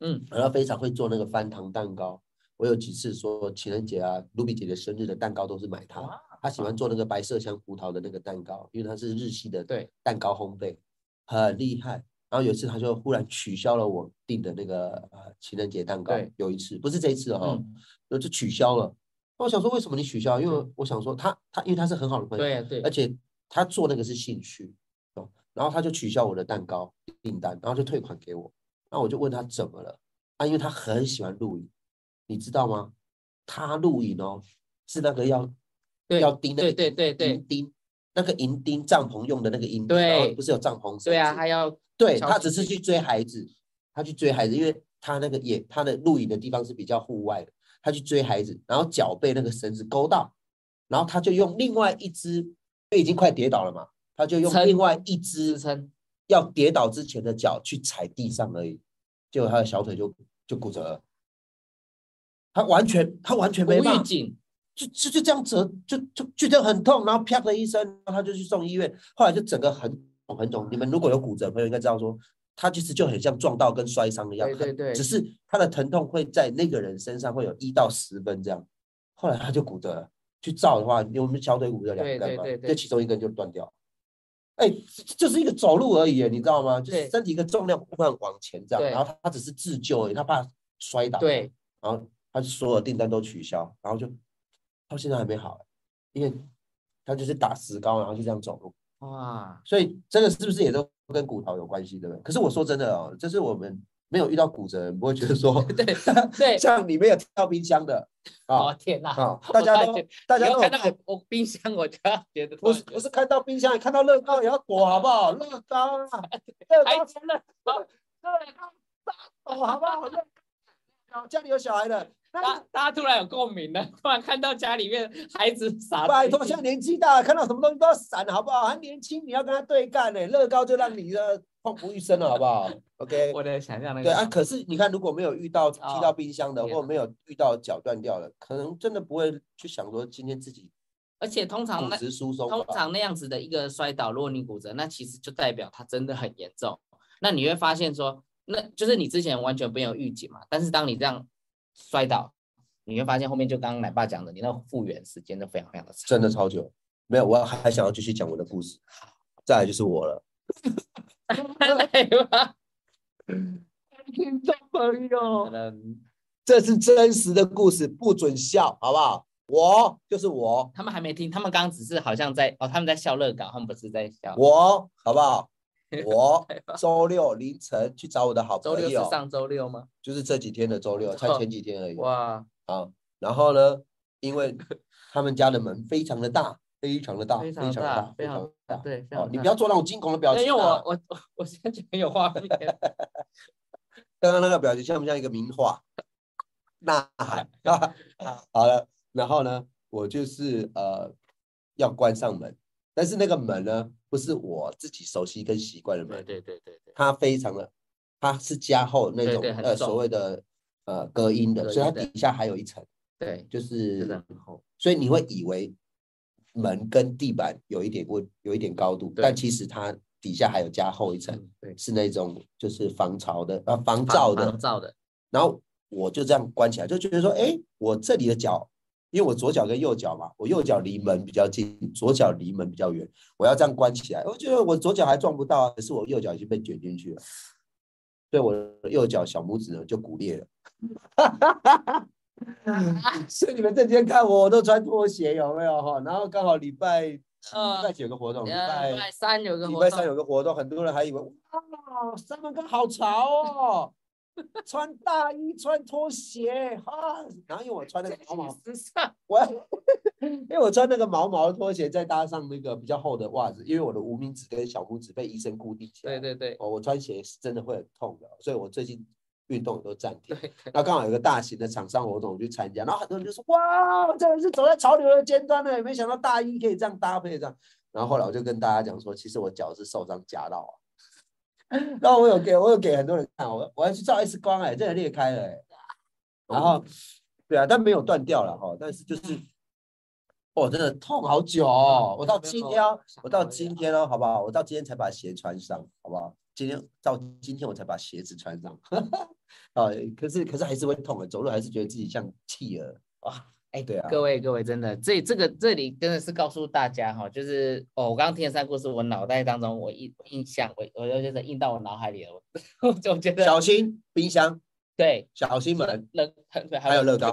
[SPEAKER 2] 嗯，
[SPEAKER 1] 然后非常会做那个翻糖蛋糕。我有几次说情人节啊，卢比姐的生日的蛋糕都是买她的。
[SPEAKER 2] 哇，
[SPEAKER 1] 他喜欢做那个白麝香葡萄的那个蛋糕，因为它是日系的
[SPEAKER 2] 对
[SPEAKER 1] 蛋糕烘焙，很厉害。然后有一次他就忽然取消了我订的那个呃情人节蛋糕
[SPEAKER 2] 对，
[SPEAKER 1] 有一次不是这一次哦，
[SPEAKER 2] 嗯，
[SPEAKER 1] 就就取消了。那我想说为什么你取消？因为我想说他他因为他是很好的朋友，
[SPEAKER 2] 对呀啊对
[SPEAKER 1] 而，且他做那个是兴趣哦，然后他就取消我的蛋糕订单，然后就退款给我。那我就问他怎么了？啊，因为他很喜欢露营，你知道吗？他露营哦，是那个要
[SPEAKER 2] 对
[SPEAKER 1] 要钉那个
[SPEAKER 2] 对对对对
[SPEAKER 1] 银钉，那个银钉帐篷用的那个银钉，然后
[SPEAKER 2] 对
[SPEAKER 1] 不是有帐篷绳
[SPEAKER 2] 对啊，
[SPEAKER 1] 子
[SPEAKER 2] 它要
[SPEAKER 1] 对
[SPEAKER 2] 敲
[SPEAKER 1] 他
[SPEAKER 2] 击
[SPEAKER 1] 只是
[SPEAKER 2] 自
[SPEAKER 1] 去追孩子，他去追孩子，因为他那个也他的露营的地方是比较户外的，他去追孩子，然后脚被那个绳子勾到，然后他就用另外一只，因为已经快跌倒了嘛，他就用
[SPEAKER 2] 撑
[SPEAKER 1] 另外一只
[SPEAKER 2] 支撑，
[SPEAKER 1] 要跌倒之前的脚去踩地上而已，结果他的小腿就就骨折了。他完全他完全
[SPEAKER 2] 无
[SPEAKER 1] 没办
[SPEAKER 2] 预
[SPEAKER 1] 法，
[SPEAKER 2] 警，
[SPEAKER 1] 就就就这样折，就就就这样很痛，然后啪的一声，然后他就去送医院，后来就整个很肿很肿。你们如果有骨折的朋友应该知道说，他其实就很像撞到跟摔伤一样，
[SPEAKER 2] 对对对
[SPEAKER 1] 只是他的疼痛会在那个人身上会有一到十分这样。后来他就骨折了，去照的话，因为我们小腿骨折两
[SPEAKER 2] 对
[SPEAKER 1] 根
[SPEAKER 2] 对
[SPEAKER 1] 嘛
[SPEAKER 2] 对，对
[SPEAKER 1] 这其中一根就断掉了。哎，这这就是一个走路而已，你知道吗？就是
[SPEAKER 2] 对
[SPEAKER 1] 身体一个重量不断往前这样，
[SPEAKER 2] 对
[SPEAKER 1] 然后他他只是自救而已，他怕摔倒。
[SPEAKER 2] 对，
[SPEAKER 1] 然后他所有订单都取消，然后就到现在还没好欸，因为他就是打石膏，然后就这样走路，
[SPEAKER 2] 哇，
[SPEAKER 1] 所以这个是不是也都跟骨头有关系，对不对？可是我说真的哦，就是我们没有遇到骨折的人，不会觉得说
[SPEAKER 2] 对对，
[SPEAKER 1] 像里面有跳冰箱的
[SPEAKER 2] 哦
[SPEAKER 1] 啊
[SPEAKER 2] 天哪，
[SPEAKER 1] 啊， 大家
[SPEAKER 2] 我
[SPEAKER 1] 都
[SPEAKER 2] 发觉
[SPEAKER 1] 大
[SPEAKER 2] 你
[SPEAKER 1] 家
[SPEAKER 2] 要
[SPEAKER 1] 都有
[SPEAKER 2] 看到
[SPEAKER 1] 看。
[SPEAKER 2] 我我冰箱，我就要觉得
[SPEAKER 1] 不是不是看到冰箱，看到乐高也要躲，好不好？乐高 啊，
[SPEAKER 2] 哎
[SPEAKER 1] 乐
[SPEAKER 2] 还
[SPEAKER 1] 高
[SPEAKER 2] 真的，对，
[SPEAKER 1] 躲，好不好？乐高，家里有小孩的，那
[SPEAKER 2] 大大家突然有共鸣了，突然看到家里面孩子傻，
[SPEAKER 1] 拜托，现在年纪大了，看到什么东西都要闪，好不好？还年轻，你要跟他对干呢、乐高就让你的痛不欲生了，好不好？OK。
[SPEAKER 2] 我啊的想象那个
[SPEAKER 1] 对啊，可是你看，如果没有遇到踢到冰箱的，
[SPEAKER 2] 天
[SPEAKER 1] 或没有遇到脚断掉的，可能真的不会去想说今天自己
[SPEAKER 2] 而且通常
[SPEAKER 1] 骨
[SPEAKER 2] 那
[SPEAKER 1] 质疏松吧。
[SPEAKER 2] 通常那样子的一个摔倒，如果你骨折，那其实就代表它真的很严重。那你会发现说，那就是你之前完全没有预警嘛，但是当你这样摔倒，你会发现后面就刚刚奶爸讲的，你那复原时间就非常非常的长。
[SPEAKER 1] 真的超久，没有，我还想要继续讲我的故事。再来就是我了，
[SPEAKER 2] 奶 爸，嗯听众朋友，
[SPEAKER 1] 这是真实的故事，不准笑，好不好？我就是我，
[SPEAKER 2] 他们还没听，他们刚刚只是好像在哦，他们在笑乐高，他们不是在笑。
[SPEAKER 1] 我好不好？ 我
[SPEAKER 2] 奶爸
[SPEAKER 1] 周六凌晨去找我的好
[SPEAKER 2] 周
[SPEAKER 1] 朋
[SPEAKER 2] 六
[SPEAKER 1] 友
[SPEAKER 2] 是，上周六吗？
[SPEAKER 1] 就是这几天的周六，才前几天而已。
[SPEAKER 2] 哦哇，
[SPEAKER 1] 啊，然后呢，因为他们家的门非常的大，非常的大，非
[SPEAKER 2] 非
[SPEAKER 1] 常
[SPEAKER 2] 常
[SPEAKER 1] 的
[SPEAKER 2] 大，非
[SPEAKER 1] 非
[SPEAKER 2] 常
[SPEAKER 1] 常大。
[SPEAKER 2] 对，非
[SPEAKER 1] 哦
[SPEAKER 2] 常，
[SPEAKER 1] 你
[SPEAKER 2] 大
[SPEAKER 1] 不要做那种惊恐的表
[SPEAKER 2] 对
[SPEAKER 1] 情、啊，
[SPEAKER 2] 因为我我我 我现在就很有画 面，
[SPEAKER 1] 刚刚那个表情像不像一个名画？呐喊啊！好了，然后呢，我就是呃要关上门，但是那个门呢，不是我自己熟悉跟习惯的门，
[SPEAKER 2] 对对对对，
[SPEAKER 1] 它非常的，它是加厚那
[SPEAKER 2] 对
[SPEAKER 1] 种
[SPEAKER 2] 对很
[SPEAKER 1] 呃
[SPEAKER 2] 重
[SPEAKER 1] 所谓的呃隔音的，
[SPEAKER 2] 隔
[SPEAKER 1] 所以它
[SPEAKER 2] 音的
[SPEAKER 1] 底下还有一层，
[SPEAKER 2] 对，
[SPEAKER 1] 就是
[SPEAKER 2] 真的很厚。
[SPEAKER 1] 所以你
[SPEAKER 2] 嗯
[SPEAKER 1] 会以为门跟地板有一点温，有一点高度，
[SPEAKER 2] 对
[SPEAKER 1] 但其实它底下还有加厚一层，
[SPEAKER 2] 嗯对，
[SPEAKER 1] 是那种就是防潮的啊防
[SPEAKER 2] 防
[SPEAKER 1] 噪的
[SPEAKER 2] 防。造的，
[SPEAKER 1] 然后我就这样关起来，就觉得说，哎，我这里的脚，因为我左脚跟右脚嘛，我右脚离门比较近，左脚离门比较远，我要这样关起来，我觉得我左脚还撞不到啊，可是我右脚已经被卷进去了，所以我的右脚小拇指呢就骨裂了。 所以你们这几天看我，我都穿拖鞋，有没有哈？然后刚好礼拜礼
[SPEAKER 2] 呃
[SPEAKER 1] 拜几有个活动，礼
[SPEAKER 2] 呃，
[SPEAKER 1] 拜
[SPEAKER 2] 礼拜三有个
[SPEAKER 1] 礼
[SPEAKER 2] 活
[SPEAKER 1] 拜三
[SPEAKER 2] 动，
[SPEAKER 1] 有个活动，很多人还以为哇，三门哥好潮 哦，穿大衣穿拖鞋啊，然后因为我穿那个毛毛，
[SPEAKER 2] 时尚，
[SPEAKER 1] 我因为我穿那个毛毛拖鞋，再搭上那个比较厚的袜子，因为我的无名指跟小拇指被医生固定起来，
[SPEAKER 2] 对对对
[SPEAKER 1] 哦，我穿鞋是真的会很痛的，所以我最近运动都暂停。
[SPEAKER 2] 对，
[SPEAKER 1] 那刚好有个大型的厂商活动，我去参加，然后很多人就说：“哇，这个是走在潮流的尖端了，没想到大衣可以这样搭配这样。”然后后来我就跟大家讲说，其实我脚是受伤夹到啊。 然后我有给我有给很多人看，我我还去照 X 光哎、这个裂开了哎、然后对啊，但没有断掉了哈，但是就是
[SPEAKER 2] 嗯
[SPEAKER 1] 哦，真的痛好久哦，我到今天哦我到
[SPEAKER 2] 啊
[SPEAKER 1] 今天哦，好不好？我到今天才把鞋穿上，好不好？今天到今天我才把鞋子穿上， 啊，可是可是还是会痛的，走路还是觉得自己像企鹅哇！哎，对啊，
[SPEAKER 2] 各位各位，真的，这这个这里真的是告诉大家哈，就是哦，我刚刚听了三个故事，我脑袋当中我印印象，我我就觉得印到我脑海里了，我 我就觉得
[SPEAKER 1] 小心冰箱，
[SPEAKER 2] 对，
[SPEAKER 1] 小心门
[SPEAKER 2] 乐对，
[SPEAKER 1] 还有乐
[SPEAKER 2] 高，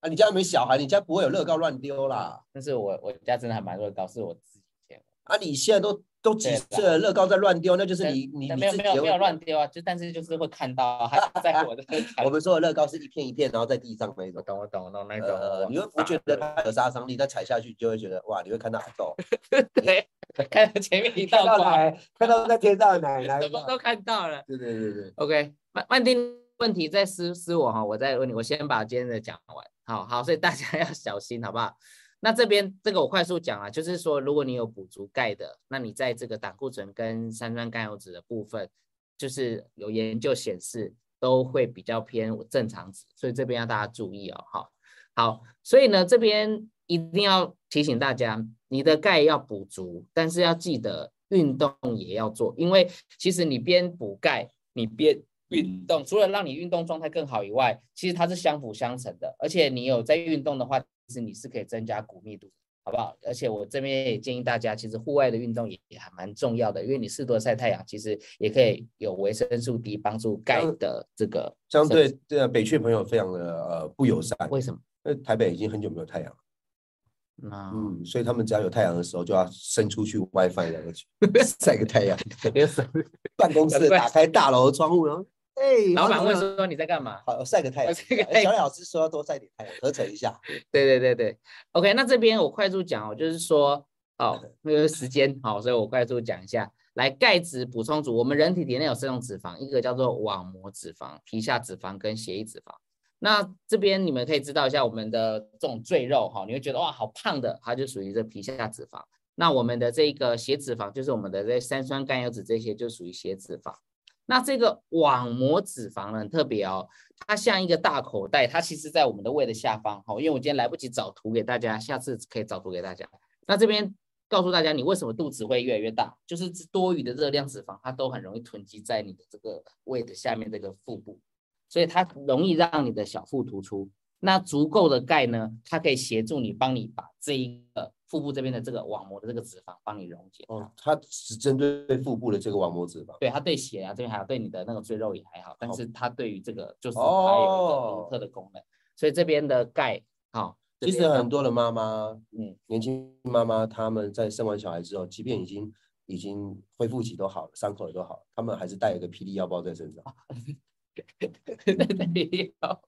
[SPEAKER 1] 啊！你家没小孩，你家不会有乐高乱丢啦。
[SPEAKER 2] 但是我我家真的还蛮乐高，是我自己捡的，
[SPEAKER 1] 啊，你现在都都几
[SPEAKER 2] 对啦
[SPEAKER 1] 岁了，乐高在乱丢，那就是
[SPEAKER 2] 但
[SPEAKER 1] 你你你
[SPEAKER 2] 但没有
[SPEAKER 1] 自
[SPEAKER 2] 没
[SPEAKER 1] 己
[SPEAKER 2] 有
[SPEAKER 1] 的
[SPEAKER 2] 没有
[SPEAKER 1] 问
[SPEAKER 2] 乱丢啊，就但是就是会看到啊它在我的
[SPEAKER 1] 题。我们说的乐高是一片一片，然后在地上那一
[SPEAKER 2] 我
[SPEAKER 1] 种。
[SPEAKER 2] 懂，我懂，我懂那种。
[SPEAKER 1] 呃，你会不觉得它有杀伤力？但踩下去就会觉得哇，你会看到海豆，
[SPEAKER 2] 对，看到前面一道光，
[SPEAKER 1] 奶，看到在天上的奶奶
[SPEAKER 2] 什么都看到了。
[SPEAKER 1] 对对对对，
[SPEAKER 2] OK，慢慢丁问题 再私私我哈，我再问你，我先把今天的讲完。好好，所以大家要小心，好不好？那这边这个我快速讲啊，就是说，如果你有补足钙的，那你在这个胆固醇跟三酸甘油脂的部分，就是有研究显示都会比较偏正常值，所以这边要大家注意哦。好，好，所以呢，这边一定要提醒大家，你的钙要补足，但是要记得运动也要做，因为其实你边补钙，你边运动，除了让你运动状态更好以外，其实它是相辅相成的。而且你有在运动的话，其实你是可以增加骨密度，好不好？而且我这边也建议大家，其实户外的运动也也还蛮重要的，因为你适度的晒太阳，其实也可以有维生素 D 帮助钙
[SPEAKER 1] 嗯
[SPEAKER 2] 的这个。
[SPEAKER 1] 相对对啊，北区朋友非常的呃不友善，
[SPEAKER 2] 为什么？
[SPEAKER 1] 因为台北已经很久没有太阳了，
[SPEAKER 2] 嗯，
[SPEAKER 1] 嗯，所以他们只要有太阳的时候就要伸出去 WiFi 两个去 晒个太阳，
[SPEAKER 2] 有什么
[SPEAKER 1] 办公
[SPEAKER 2] 难
[SPEAKER 1] 室
[SPEAKER 2] 怪
[SPEAKER 1] 打开大楼的窗户，然后哎，
[SPEAKER 2] 老板
[SPEAKER 1] 黄
[SPEAKER 2] 会
[SPEAKER 1] 总啊
[SPEAKER 2] 说你在干嘛？
[SPEAKER 1] 好晒个太阳，
[SPEAKER 2] 晒个
[SPEAKER 1] 哎
[SPEAKER 2] 太
[SPEAKER 1] 小李老师说要多晒点太阳，合成一下，
[SPEAKER 2] 对对对对，OK，那这边我快速讲哦，就是说，哦，因为时间好、所以我快速讲一下。来，钙质补充组，我们人体体内有三种脂肪，一个叫做网膜脂肪、皮下脂肪跟血液脂肪。那这边你们可以知道一下我们的这种赘肉哈、你会觉得哇好胖的，它就属于这皮下脂肪。那我们的这个血脂肪，就是我们的这三酸甘油脂这些，就属于血脂肪。那这个网膜脂肪呢，很特别哦，它像一个大口袋，它其实在我们的胃的下方。好，因为我今天来不及找图给大家，下次可以找图给大家。那这边告诉大家，你为什么肚子会越来越大，就是多余的热量脂肪，它都很容易囤积在你的这个胃的下面这个腹部，所以它容易让你的小腹突出。那足够的钙呢，它可以协助你帮你把这一个腹部这边的这个网膜的这个脂肪帮你溶解。
[SPEAKER 1] 哦，它只针对腹部的这个网膜脂肪，
[SPEAKER 2] 对它对血啊这边还有对你的那个赘肉也还好，但是它对于这个就是它有一个
[SPEAKER 1] 哦
[SPEAKER 2] 独特的功能，所以这边的钙好，这
[SPEAKER 1] 其实
[SPEAKER 2] 边要
[SPEAKER 1] 很多的妈妈，
[SPEAKER 2] 嗯
[SPEAKER 1] 年轻妈妈，她们在生完小孩之后，即便已经已经恢复期都好了，伤口也都好了，她们还是带一个霹雳腰包在身
[SPEAKER 2] 哦
[SPEAKER 1] 上。
[SPEAKER 2] 对腰包，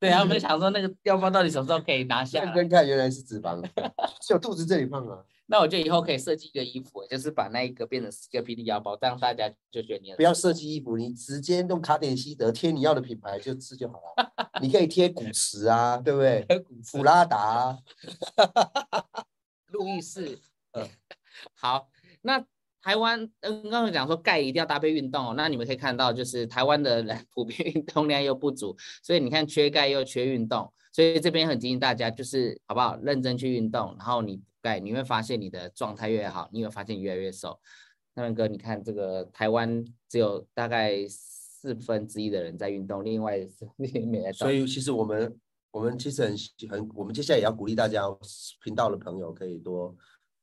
[SPEAKER 2] 对啊，我们想说那个腰包到底什么时候可以拿下
[SPEAKER 1] 认
[SPEAKER 2] 来？
[SPEAKER 1] 真看，原来是脂肪，只有肚子这里胖啊！
[SPEAKER 2] 那我觉得以后可以设计一个衣服，就是把那一个变成一个霹雳腰包，这样大家就觉得你很
[SPEAKER 1] 不要设计衣服，你直接用卡点西德贴你要的品牌就是就好了。你可以贴古驰啊，对不 对？
[SPEAKER 2] 刻苦
[SPEAKER 1] 普拉达、啊，
[SPEAKER 2] 路易士。
[SPEAKER 1] 嗯
[SPEAKER 2] 好，那台湾，嗯，刚刚讲说钙一定要搭配运动哦。那你们可以看到，就是台湾的人普遍运动量又不足，所以你看缺钙又缺运动，所以这边很提醒大家，就是好不好，认真去运动，然后你补钙，你会发现你的状态越好，你会发现你越来越瘦。那文哥，你看这个台湾只有大概四分之一的人在运动，另外是没在动
[SPEAKER 1] 所。以其实我们我们其实很喜很，我们接下来也要鼓励大家哦频道的朋友可以多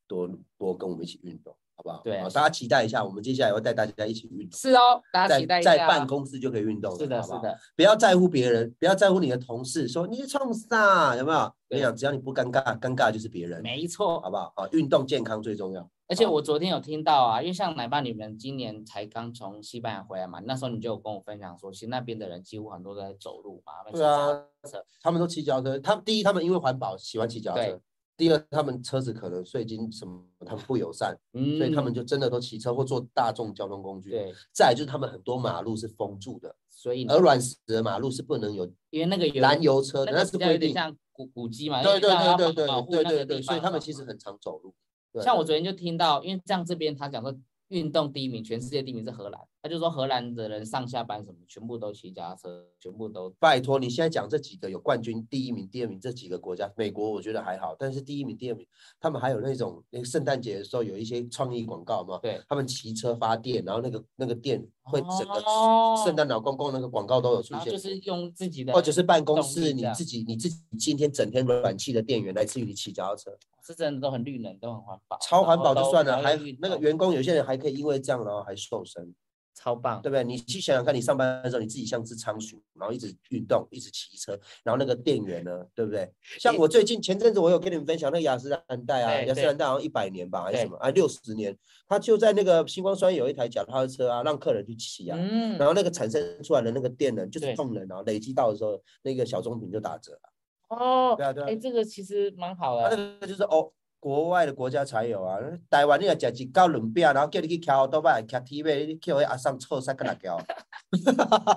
[SPEAKER 1] 多多跟我们一起运动，好不好？
[SPEAKER 2] 对
[SPEAKER 1] 好大家期待一下，我们接下来会带大家一起运动，
[SPEAKER 2] 是哦，大家
[SPEAKER 1] 在
[SPEAKER 2] 期待一下哦。
[SPEAKER 1] 在办公室就可以运动，
[SPEAKER 2] 是的，
[SPEAKER 1] 好
[SPEAKER 2] 是
[SPEAKER 1] 不好？
[SPEAKER 2] 的，
[SPEAKER 1] 不要在乎别人，不要在乎你的同事说你是冲啥，有没有？我跟
[SPEAKER 2] 对
[SPEAKER 1] 你讲，只要你不尴尬，尴尬就是别人，
[SPEAKER 2] 没错
[SPEAKER 1] 好。不好？好，运动健康最重要。
[SPEAKER 2] 而且
[SPEAKER 1] 好
[SPEAKER 2] 我昨天有听到啊，因为像奶爸你们今年才刚从西班牙回来嘛，那时候你就有跟我分享说，其实那边的人几乎很多都在走路嘛，他
[SPEAKER 1] 对
[SPEAKER 2] 们骑
[SPEAKER 1] 啊
[SPEAKER 2] 脚踏车，
[SPEAKER 1] 他们都骑脚踏车，他们第一他们因为环保喜欢骑脚踏
[SPEAKER 2] 对
[SPEAKER 1] 车，第二他们车子可能税金什么他们不友善，
[SPEAKER 2] 嗯，
[SPEAKER 1] 所以他们就真的都骑车或坐大众交通工具。，
[SPEAKER 2] 对，
[SPEAKER 1] 再来就是他们很多马路是封住的，
[SPEAKER 2] 所以
[SPEAKER 1] 鹅卵石的马路是不能呃有
[SPEAKER 2] 因为那个有
[SPEAKER 1] 燃油车
[SPEAKER 2] 那
[SPEAKER 1] 的，
[SPEAKER 2] 个
[SPEAKER 1] 那
[SPEAKER 2] 比
[SPEAKER 1] 是
[SPEAKER 2] 较有
[SPEAKER 1] 规
[SPEAKER 2] 点
[SPEAKER 1] 定。
[SPEAKER 2] 像古古迹嘛，
[SPEAKER 1] 对对
[SPEAKER 2] 因为要
[SPEAKER 1] 对对
[SPEAKER 2] 保护
[SPEAKER 1] 对对
[SPEAKER 2] 那
[SPEAKER 1] 对
[SPEAKER 2] 个
[SPEAKER 1] 对，
[SPEAKER 2] 地
[SPEAKER 1] 所以
[SPEAKER 2] 方
[SPEAKER 1] 他们
[SPEAKER 2] 嘛
[SPEAKER 1] 其实很常走路。对
[SPEAKER 2] 像我昨天就听到，因为像这边他讲说运动第一名，全世界第一名是荷兰，他就说荷兰的人上下班什么全部都骑脚踏车，全部都
[SPEAKER 1] 拜托，你现在讲这几个有冠军、第一名、第二名这几个国家，美国我觉得还好，但是第一名、第二名，他们还有那种那个圣诞节的时候有一些创意广告嘛，
[SPEAKER 2] 对，
[SPEAKER 1] 他们骑车发电，然后那个那个电会整个
[SPEAKER 2] 哦
[SPEAKER 1] 圣诞老公公那个广告都有出
[SPEAKER 2] 然后
[SPEAKER 1] 现，
[SPEAKER 2] 就是用自己的，
[SPEAKER 1] 或者是办公
[SPEAKER 2] 动力
[SPEAKER 1] 室你
[SPEAKER 2] 这样
[SPEAKER 1] 自己你自己今天整天暖气的电源来自于你骑
[SPEAKER 2] 哦
[SPEAKER 1] 脚踏车，
[SPEAKER 2] 是真的都很绿能，都很环保，
[SPEAKER 1] 超
[SPEAKER 2] 然
[SPEAKER 1] 环
[SPEAKER 2] 后
[SPEAKER 1] 保就
[SPEAKER 2] 都
[SPEAKER 1] 算
[SPEAKER 2] 然
[SPEAKER 1] 了，
[SPEAKER 2] 后
[SPEAKER 1] 还
[SPEAKER 2] 又运
[SPEAKER 1] 那个
[SPEAKER 2] 动
[SPEAKER 1] 员工有些人还可以因为这样然后还瘦身，
[SPEAKER 2] 超棒，
[SPEAKER 1] 对不对？你去想想看，你上班的时候你自己像只仓鼠，然后一直运动，一直骑车，然后那个电源呢，对不对？像
[SPEAKER 2] 诶
[SPEAKER 1] 我最近前阵子我有跟你们分享那个雅诗兰黛啊，
[SPEAKER 2] 对
[SPEAKER 1] 雅诗
[SPEAKER 2] 对
[SPEAKER 1] 兰黛好像一百年吧还是
[SPEAKER 2] 对
[SPEAKER 1] 什么啊，六十年，它就在那个星光山有一台脚踏车啊，让客人去骑啊。
[SPEAKER 2] 嗯
[SPEAKER 1] 然后那个产生出来的那个电能就是
[SPEAKER 2] 对
[SPEAKER 1] 动能，然后啊累积到的时候，那个小棕瓶就打折了。
[SPEAKER 2] 哦，
[SPEAKER 1] 对啊，对啊
[SPEAKER 2] 哎，，这个其实蛮好
[SPEAKER 1] 它
[SPEAKER 2] 的，
[SPEAKER 1] 那个就是哦，国外的国家才有啊。台湾你若食一到伦比亚，然后叫你去骑奥多麦、骑铁马，你叫迄阿桑臭三个辣 椒。啊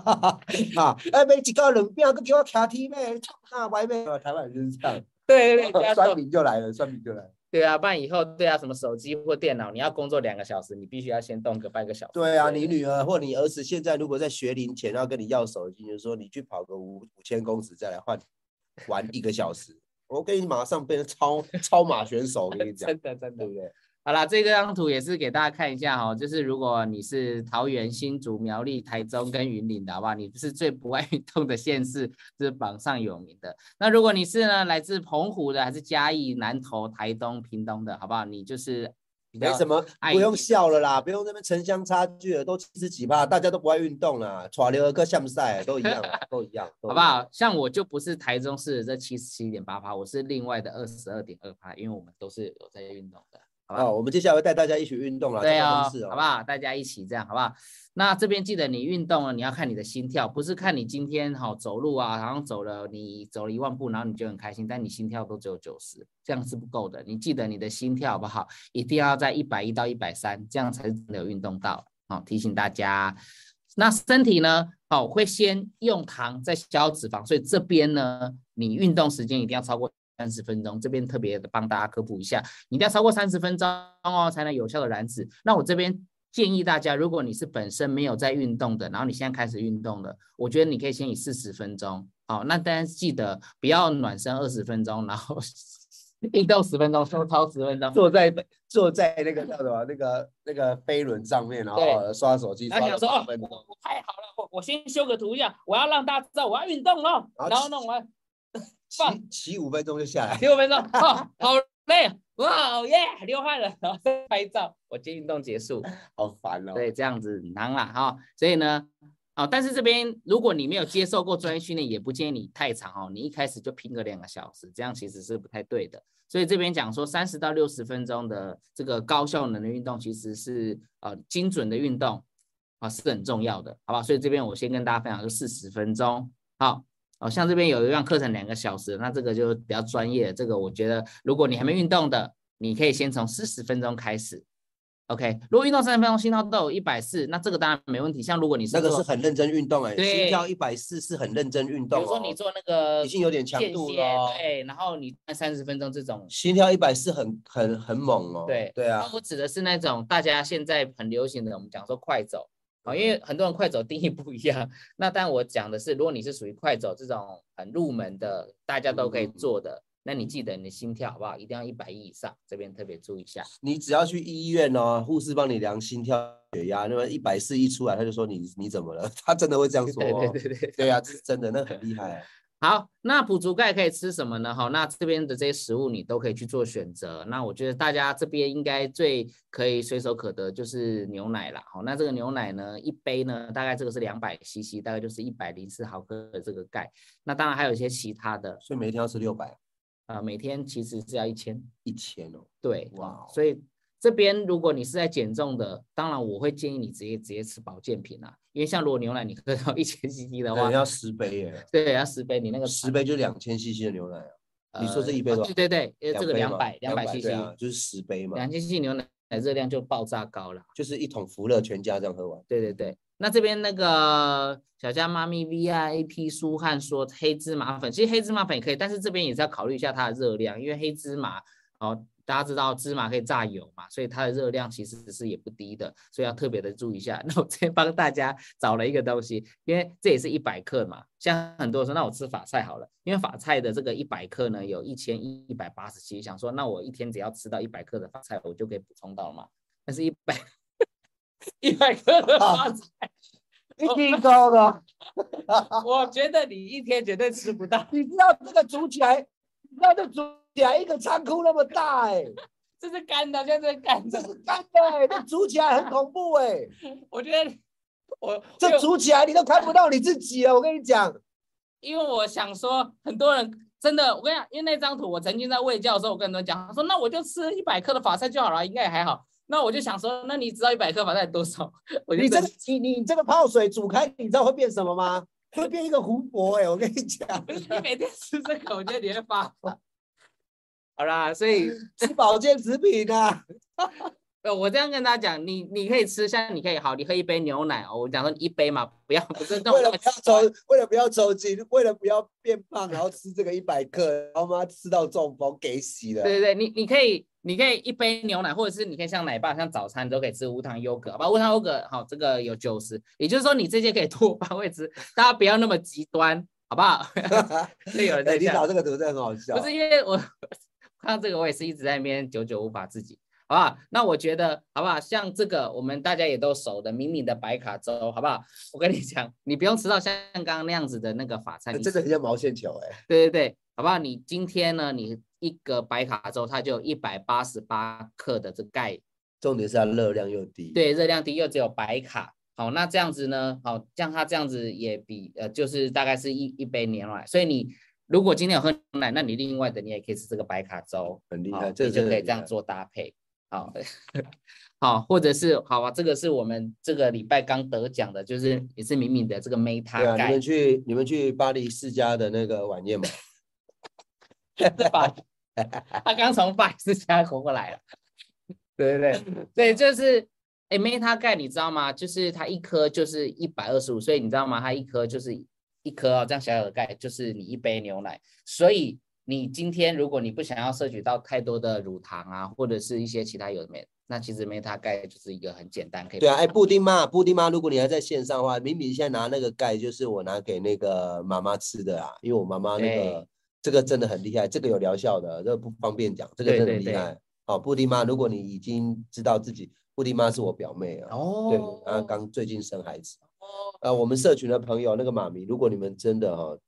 [SPEAKER 1] 哦哈，哎，买一到伦比亚，佮叫我骑铁马，你创啥歪咩？台湾人就是这样。
[SPEAKER 2] 对 对对，加
[SPEAKER 1] 酸
[SPEAKER 2] 重
[SPEAKER 1] 民就来了，酸民就来了。
[SPEAKER 2] 对啊，不然以后对啊，什么手机或电脑，你要工作两个小时，你必须要先动个半个小时之类的。
[SPEAKER 1] 对啊，你女儿或你儿子现在如果在学龄前要跟你要手机，就说你去跑个五五千公尺再来换玩一个小时，我跟你马上变成超超马选手，我跟你讲，
[SPEAKER 2] 真的真
[SPEAKER 1] 对
[SPEAKER 2] 的
[SPEAKER 1] 不。对？
[SPEAKER 2] 好啦，这张图也是给大家看一下哦，就是如果你是桃园、新竹、苗栗、台中跟云林的，好不好？你是最不爱运动的县市，就是榜上有名的。那如果你是呢来自澎湖的，还是嘉义、南投、台东、屏东的，好不好？你就是比
[SPEAKER 1] 没
[SPEAKER 2] 较
[SPEAKER 1] 什么
[SPEAKER 2] 爱，
[SPEAKER 1] 不
[SPEAKER 2] 一
[SPEAKER 1] 用
[SPEAKER 2] 点
[SPEAKER 1] 笑了啦，不用那边城乡差距了，都七十几趴，大家都不爱运动啦，耍流和克项目赛啊都一 样啦，都一样，都
[SPEAKER 2] 好
[SPEAKER 1] 一
[SPEAKER 2] 不
[SPEAKER 1] 样？
[SPEAKER 2] 好？像我就不是台中市的这七十七点八趴，我是另外的二十二点二趴，因为我们都是有在运动的。好吧
[SPEAKER 1] 哦，我们接下来会带大家一起运动啦，
[SPEAKER 2] 对
[SPEAKER 1] 啊、
[SPEAKER 2] 哦，好不好？大家一起这样，好不好？那这边记得你运动了，你要看你的心跳，不是看你今天好、走路啊，然后走了你走了一万步，然后你就很开心，但你心跳都只有九十，这样是不够的。你记得你的心跳好不好？一定要在一百一到一百三，这样才是真的有运动到。好、提醒大家。那身体呢？好、会先用糖再消脂肪，所以这边呢，你运动时间一定要超过三十分钟。这边特别的帮大家科普一下，你一定要超过三十分钟哦，才能有效的燃脂。那我这边建议大家，如果你是本身没有在运动的，然后你现在开始运动了，我觉得你可以先以四十分钟。好、那当然记得不要暖身二十分钟，然后 运动十分钟，收操十分钟。
[SPEAKER 1] 坐在坐在那个叫什么那个那个飞轮上面，然后哦
[SPEAKER 2] 对
[SPEAKER 1] 刷手机，
[SPEAKER 2] 然后
[SPEAKER 1] 刷了
[SPEAKER 2] 想说
[SPEAKER 1] 十
[SPEAKER 2] 哦，
[SPEAKER 1] 分钟。
[SPEAKER 2] 我我太好了，我我先修个图一下，我要让大家知道我要运动了。
[SPEAKER 1] 然后
[SPEAKER 2] 然后弄完
[SPEAKER 1] 骑
[SPEAKER 2] 放
[SPEAKER 1] 骑五分钟就下来。
[SPEAKER 2] 十五分钟，哦，好累，哇耶，流汗了， 然后再拍照。我今天运动结束，
[SPEAKER 1] 好烦哦。
[SPEAKER 2] 对，这样子很难啦哈、所以呢，哦，但是这边如果你没有接受过专业训练，也不建议你太长哦，你一开始就拼个两个小时，这样其实是不太对的。所以这边讲说，三十到六十分钟的这个高效能的运动，其实是呃精准的运动啊是很重要的，好吧？所以这边我先跟大家分享，就四十分钟，好。哦，像这边有一段课程两个小时，那这个就比较专业。这个我觉得，如果你还没运动的，你可以先从四十分钟开始。OK，如果运动三十分钟，心跳都有一百四，那这个当然没问题。像如果你是
[SPEAKER 1] 那个
[SPEAKER 2] 做
[SPEAKER 1] 是很认真运动哎，
[SPEAKER 2] 对
[SPEAKER 1] 心跳一百四是很认真运
[SPEAKER 2] 比
[SPEAKER 1] 动
[SPEAKER 2] 如说
[SPEAKER 1] 哦，
[SPEAKER 2] 你做那个
[SPEAKER 1] 已经有点强
[SPEAKER 2] 间
[SPEAKER 1] 度
[SPEAKER 2] 歇
[SPEAKER 1] 了哦。
[SPEAKER 2] 对，然后你三十分钟这种，
[SPEAKER 1] 心跳一百四很很很猛哦。
[SPEAKER 2] 对
[SPEAKER 1] 对
[SPEAKER 2] 那
[SPEAKER 1] 啊，
[SPEAKER 2] 我指的是那种大家现在很流行的，我们讲说快走啊，因为很多人快走定义不一样。那但我讲的是，如果你是属于快走这种很入门的，大家都可以
[SPEAKER 1] 嗯
[SPEAKER 2] 做的，那你记得你的心跳好不好？一定要一百一以上，这边特别注意一下。
[SPEAKER 1] 你只要去医院哦，护士帮你量心跳、血压，那么一百四一出来，他就说你你怎么了？ 他真的会这样说
[SPEAKER 2] 对
[SPEAKER 1] 哦。
[SPEAKER 2] 对对对。
[SPEAKER 1] 对啊，这是真的，那很厉害。啊
[SPEAKER 2] 好，那补足钙可以吃什么呢？哈，那这边的这些食物你都可以去做选择。那我觉得大家这边应该最可以随手可得就是牛奶啦。好，那这个牛奶呢，一杯呢，大概这个是两百 CC，大概就是一百零四毫克的这个钙。那当然还有一些其他的，
[SPEAKER 1] 所以每天要吃六百
[SPEAKER 2] 呃，每天其实是要一千。
[SPEAKER 1] 一千哦。
[SPEAKER 2] 对，
[SPEAKER 1] 哇
[SPEAKER 2] 哇
[SPEAKER 1] 哦，
[SPEAKER 2] 所以这边如果你是在减重的，当然我会建议你直接直接吃保健品啊，因为像如果牛奶你喝到一千 CC 的
[SPEAKER 1] 对，
[SPEAKER 2] 话，
[SPEAKER 1] 要十杯耶，
[SPEAKER 2] 对，要十杯，你那个
[SPEAKER 1] 十杯就两千 CC 的牛奶啊。你说这
[SPEAKER 2] 呃
[SPEAKER 1] 一杯
[SPEAKER 2] 哦
[SPEAKER 1] 多少
[SPEAKER 2] 对对对，呃，这个
[SPEAKER 1] 杯
[SPEAKER 2] 两
[SPEAKER 1] 嘛
[SPEAKER 2] 百两百 CC，
[SPEAKER 1] 对啊，就是十杯嘛，
[SPEAKER 2] 两千 CC 牛奶热量就爆炸高了。
[SPEAKER 1] 就是一桶福乐全家这样喝完。
[SPEAKER 2] 对对对，那这边那个小佳妈咪 V I A P 苏汉说黑芝麻粉，其实黑芝麻粉也可以，但是这边也是要考虑一下它的热量，因为黑芝麻哦，大家知道芝麻可以榨油嘛，所以它的热量其实是也不低的，所以要特别的注意一下。 那我这边帮大家找了一个东西，因为这也是一百克嘛，像很多人说那我吃法菜好了，因为法菜的这个一百克呢有一千一百八十七，想说那我一天只要吃到一百克的法菜，我就可以补充到了嘛，但是一百 一百克的法菜。
[SPEAKER 1] 一定高的，
[SPEAKER 2] 我觉得你一天绝对吃不到，
[SPEAKER 1] 你知道这个煮起来，你知道这煮起来一个仓库那么大哎、
[SPEAKER 2] 这是干的，现在是干
[SPEAKER 1] 这
[SPEAKER 2] 的。
[SPEAKER 1] 是干的哎、这煮起来很恐怖哎、
[SPEAKER 2] 我觉得我因
[SPEAKER 1] 这
[SPEAKER 2] 为
[SPEAKER 1] 煮起来你都看不到你自己了，我跟你讲，
[SPEAKER 2] 因为我想说，很多人真的，我跟你讲，因为那张图我曾经在喂教的时候，我跟很多人讲，他说那我就吃一百克的法菜就好了，应该也还好。那我就想说，那你知道一百克法菜多少？ 我就
[SPEAKER 1] 你这
[SPEAKER 2] 真
[SPEAKER 1] 个
[SPEAKER 2] 的
[SPEAKER 1] 你你这个泡水煮开，你知道会变什么吗？会变一个湖泊哎、我跟你讲，
[SPEAKER 2] 不是你每天吃这个，我觉得你会 发疯。好啦，所以
[SPEAKER 1] 吃保健食品啊，
[SPEAKER 2] 呃，我这样跟大家讲，你你可以吃，像你可以好，你喝一杯牛奶哦，我讲说你一杯嘛，不要不 是那种
[SPEAKER 1] 为了
[SPEAKER 2] 那
[SPEAKER 1] 不
[SPEAKER 2] 么
[SPEAKER 1] 要
[SPEAKER 2] 奇怪
[SPEAKER 1] 抽，为了不要抽筋，为了不要变胖，然后吃这个一百克，然后妈吃到中风，给洗了。
[SPEAKER 2] 对对对，你你可以你可以一杯牛奶，或者是你可以像奶爸像早餐你都可以吃无糖优格，好吧？无糖优格好，这个有九十，也就是说你这些可以多方位吃，大家不要那么极端，好不好？ 就有人
[SPEAKER 1] 哎，
[SPEAKER 2] 在
[SPEAKER 1] 你
[SPEAKER 2] 讲
[SPEAKER 1] 找，这个图真的很好笑。
[SPEAKER 2] 不是因为我 看到这个，我也是一直在那边久久无法自己，好不好？那我觉得好不好？像这个我们大家也都熟的迷你的白卡粥，好不好？我跟你讲，你不用吃到像刚刚那样子的那个法餐，
[SPEAKER 1] 哎
[SPEAKER 2] 你
[SPEAKER 1] 真的很像毛线球哎、
[SPEAKER 2] 对对对，好不好？你今天呢，你一个白卡之后，它就有一百八十八克的这钙，
[SPEAKER 1] 重点是它热量又低。，
[SPEAKER 2] 对，热量低又只有白卡。好，那这样子呢，好，像它这样子也比呃，就是大概是一一杯牛奶。所以你如果今天有喝牛奶，那你另外的你也可以吃这个白卡粥，
[SPEAKER 1] 很厉
[SPEAKER 2] 好
[SPEAKER 1] 害，这
[SPEAKER 2] 哦你
[SPEAKER 1] 个
[SPEAKER 2] 就
[SPEAKER 1] 真的
[SPEAKER 2] 可以
[SPEAKER 1] 很
[SPEAKER 2] 这
[SPEAKER 1] 厉
[SPEAKER 2] 样
[SPEAKER 1] 害。
[SPEAKER 2] 做搭配。好， 好，或者是好啊吧，这个是我们这个礼拜刚得奖的，就是也是敏敏的这个 Meta
[SPEAKER 1] 对啊，你
[SPEAKER 2] 钙
[SPEAKER 1] 们，去你们去巴黎世家的那个晚宴嘛，
[SPEAKER 2] 在 法，他刚从法斯加国过来了。 对对对，对，就是哎，Meta 钙你知道吗？就是它一颗就是一百二十五，所以你知道吗？它一颗就是一颗哦，这样小小的钙就是你一杯牛奶。所以你今天如果你不想要摄取到太多的乳糖啊，或者是一些其他有的没的，那其实 Meta 钙就是一个很简单可以
[SPEAKER 1] 对啊，
[SPEAKER 2] 补
[SPEAKER 1] 哎，
[SPEAKER 2] 充
[SPEAKER 1] 布丁妈，布丁妈，如果你还在线上的话，敏敏现在拿那个钙，就是我拿给那个妈妈吃的啊，因为我妈妈那个
[SPEAKER 2] 对
[SPEAKER 1] 这个真的很厉害，这个有疗效的，这个不方便讲，这个
[SPEAKER 2] 对
[SPEAKER 1] 真的
[SPEAKER 2] 对
[SPEAKER 1] 很厉
[SPEAKER 2] 对
[SPEAKER 1] 害。好，布丁妈，如果你已经知道自己，布丁妈是我表妹啊，对，
[SPEAKER 2] 哦，
[SPEAKER 1] 然后刚最近生孩子，
[SPEAKER 2] 哦
[SPEAKER 1] 呃，我们社群的朋友那个妈咪，如果你们真的哈、哦，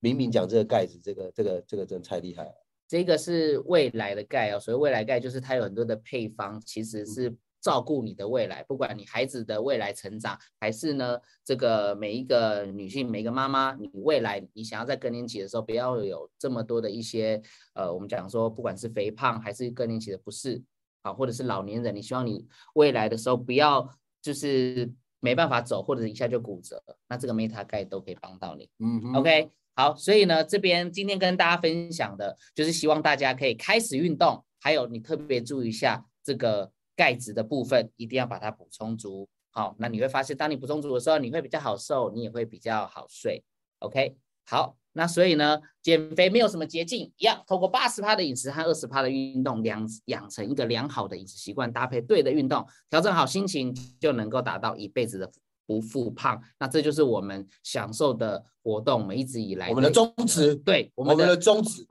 [SPEAKER 1] 敏敏讲这个盖子，这个这个这个真的太厉害了。
[SPEAKER 2] 这个是未来的钙哦，所谓未来钙就是它有很多的配方，其实是照顾你的未来，不管你孩子的未来成长，还是呢这个每一个女性、每一个妈妈，你未来你想要在更年期的时候不要有这么多的一些呃，我们讲说不管是肥胖还是更年期的不适啊，或者是老年人，你希望你未来的时候不要就是没办法走或者一下就骨折，那这个 Meta 钙都可以帮到你。
[SPEAKER 1] 嗯哼
[SPEAKER 2] OK，好，所以呢，这边今天跟大家分享的就是希望大家可以开始运动，还有你特别注意一下这个钙质的部分，一定要把它补充足。好，那你会发现，当你补充足的时候，你会比较好受，你也会比较好睡。OK，好，那所以呢，减肥没有什么捷径，一样透过八十的饮食和二十的运动，良养成一个良好的饮食习惯，搭配对的运动，调整好心情，就能够达到一辈子的不复胖。那这就是我们享受的活动，我们一直以来
[SPEAKER 1] 我们的宗旨
[SPEAKER 2] 对我
[SPEAKER 1] 我
[SPEAKER 2] 们
[SPEAKER 1] 们
[SPEAKER 2] 的
[SPEAKER 1] 的宗旨，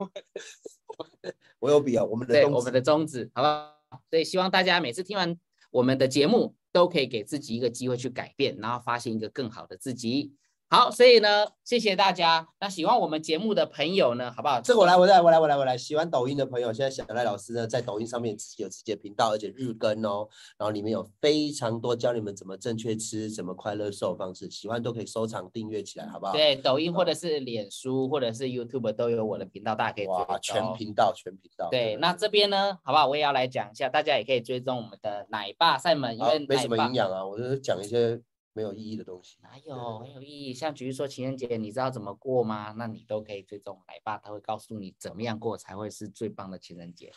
[SPEAKER 1] 我有笔啊，我们的
[SPEAKER 2] 对
[SPEAKER 1] 宗旨，
[SPEAKER 2] 我们的宗旨，好不好？所以希望大家每次听完我们的节目，都可以给自己一个机会去改变，然后发现一个更好的自己。好，所以呢，谢谢大家。那喜欢我们节目的朋友呢，好不好？
[SPEAKER 1] 这个我来，我来，我来，我来，我来。喜欢抖音的朋友，现在小赖老师呢，在抖音上面自己有自己的频道，而且日更哦。然后里面有非常多教你们怎么正确吃，怎么快乐瘦方式，喜欢都可以收藏订阅起来，好不好？
[SPEAKER 2] 对抖音或者是脸书或者是 YouTube 都有我的频道，大家可以
[SPEAKER 1] 嗯哇，
[SPEAKER 2] 追踪哦
[SPEAKER 1] 全。频道，全频道。
[SPEAKER 2] 对，那这边呢，好不好？我也要来讲一下，大家也可以追踪我们的奶爸赛门，因
[SPEAKER 1] 好
[SPEAKER 2] 为
[SPEAKER 1] 没
[SPEAKER 2] 奶
[SPEAKER 1] 什么
[SPEAKER 2] 爸
[SPEAKER 1] 营养啊，我就是讲一些没有意义的东西。
[SPEAKER 2] 哪
[SPEAKER 1] 对
[SPEAKER 2] 有很有意义？像比如说情人节，你知道怎么过吗？那你都可以追踪奶爸，他会告诉你怎么样过才会是最棒的情人节。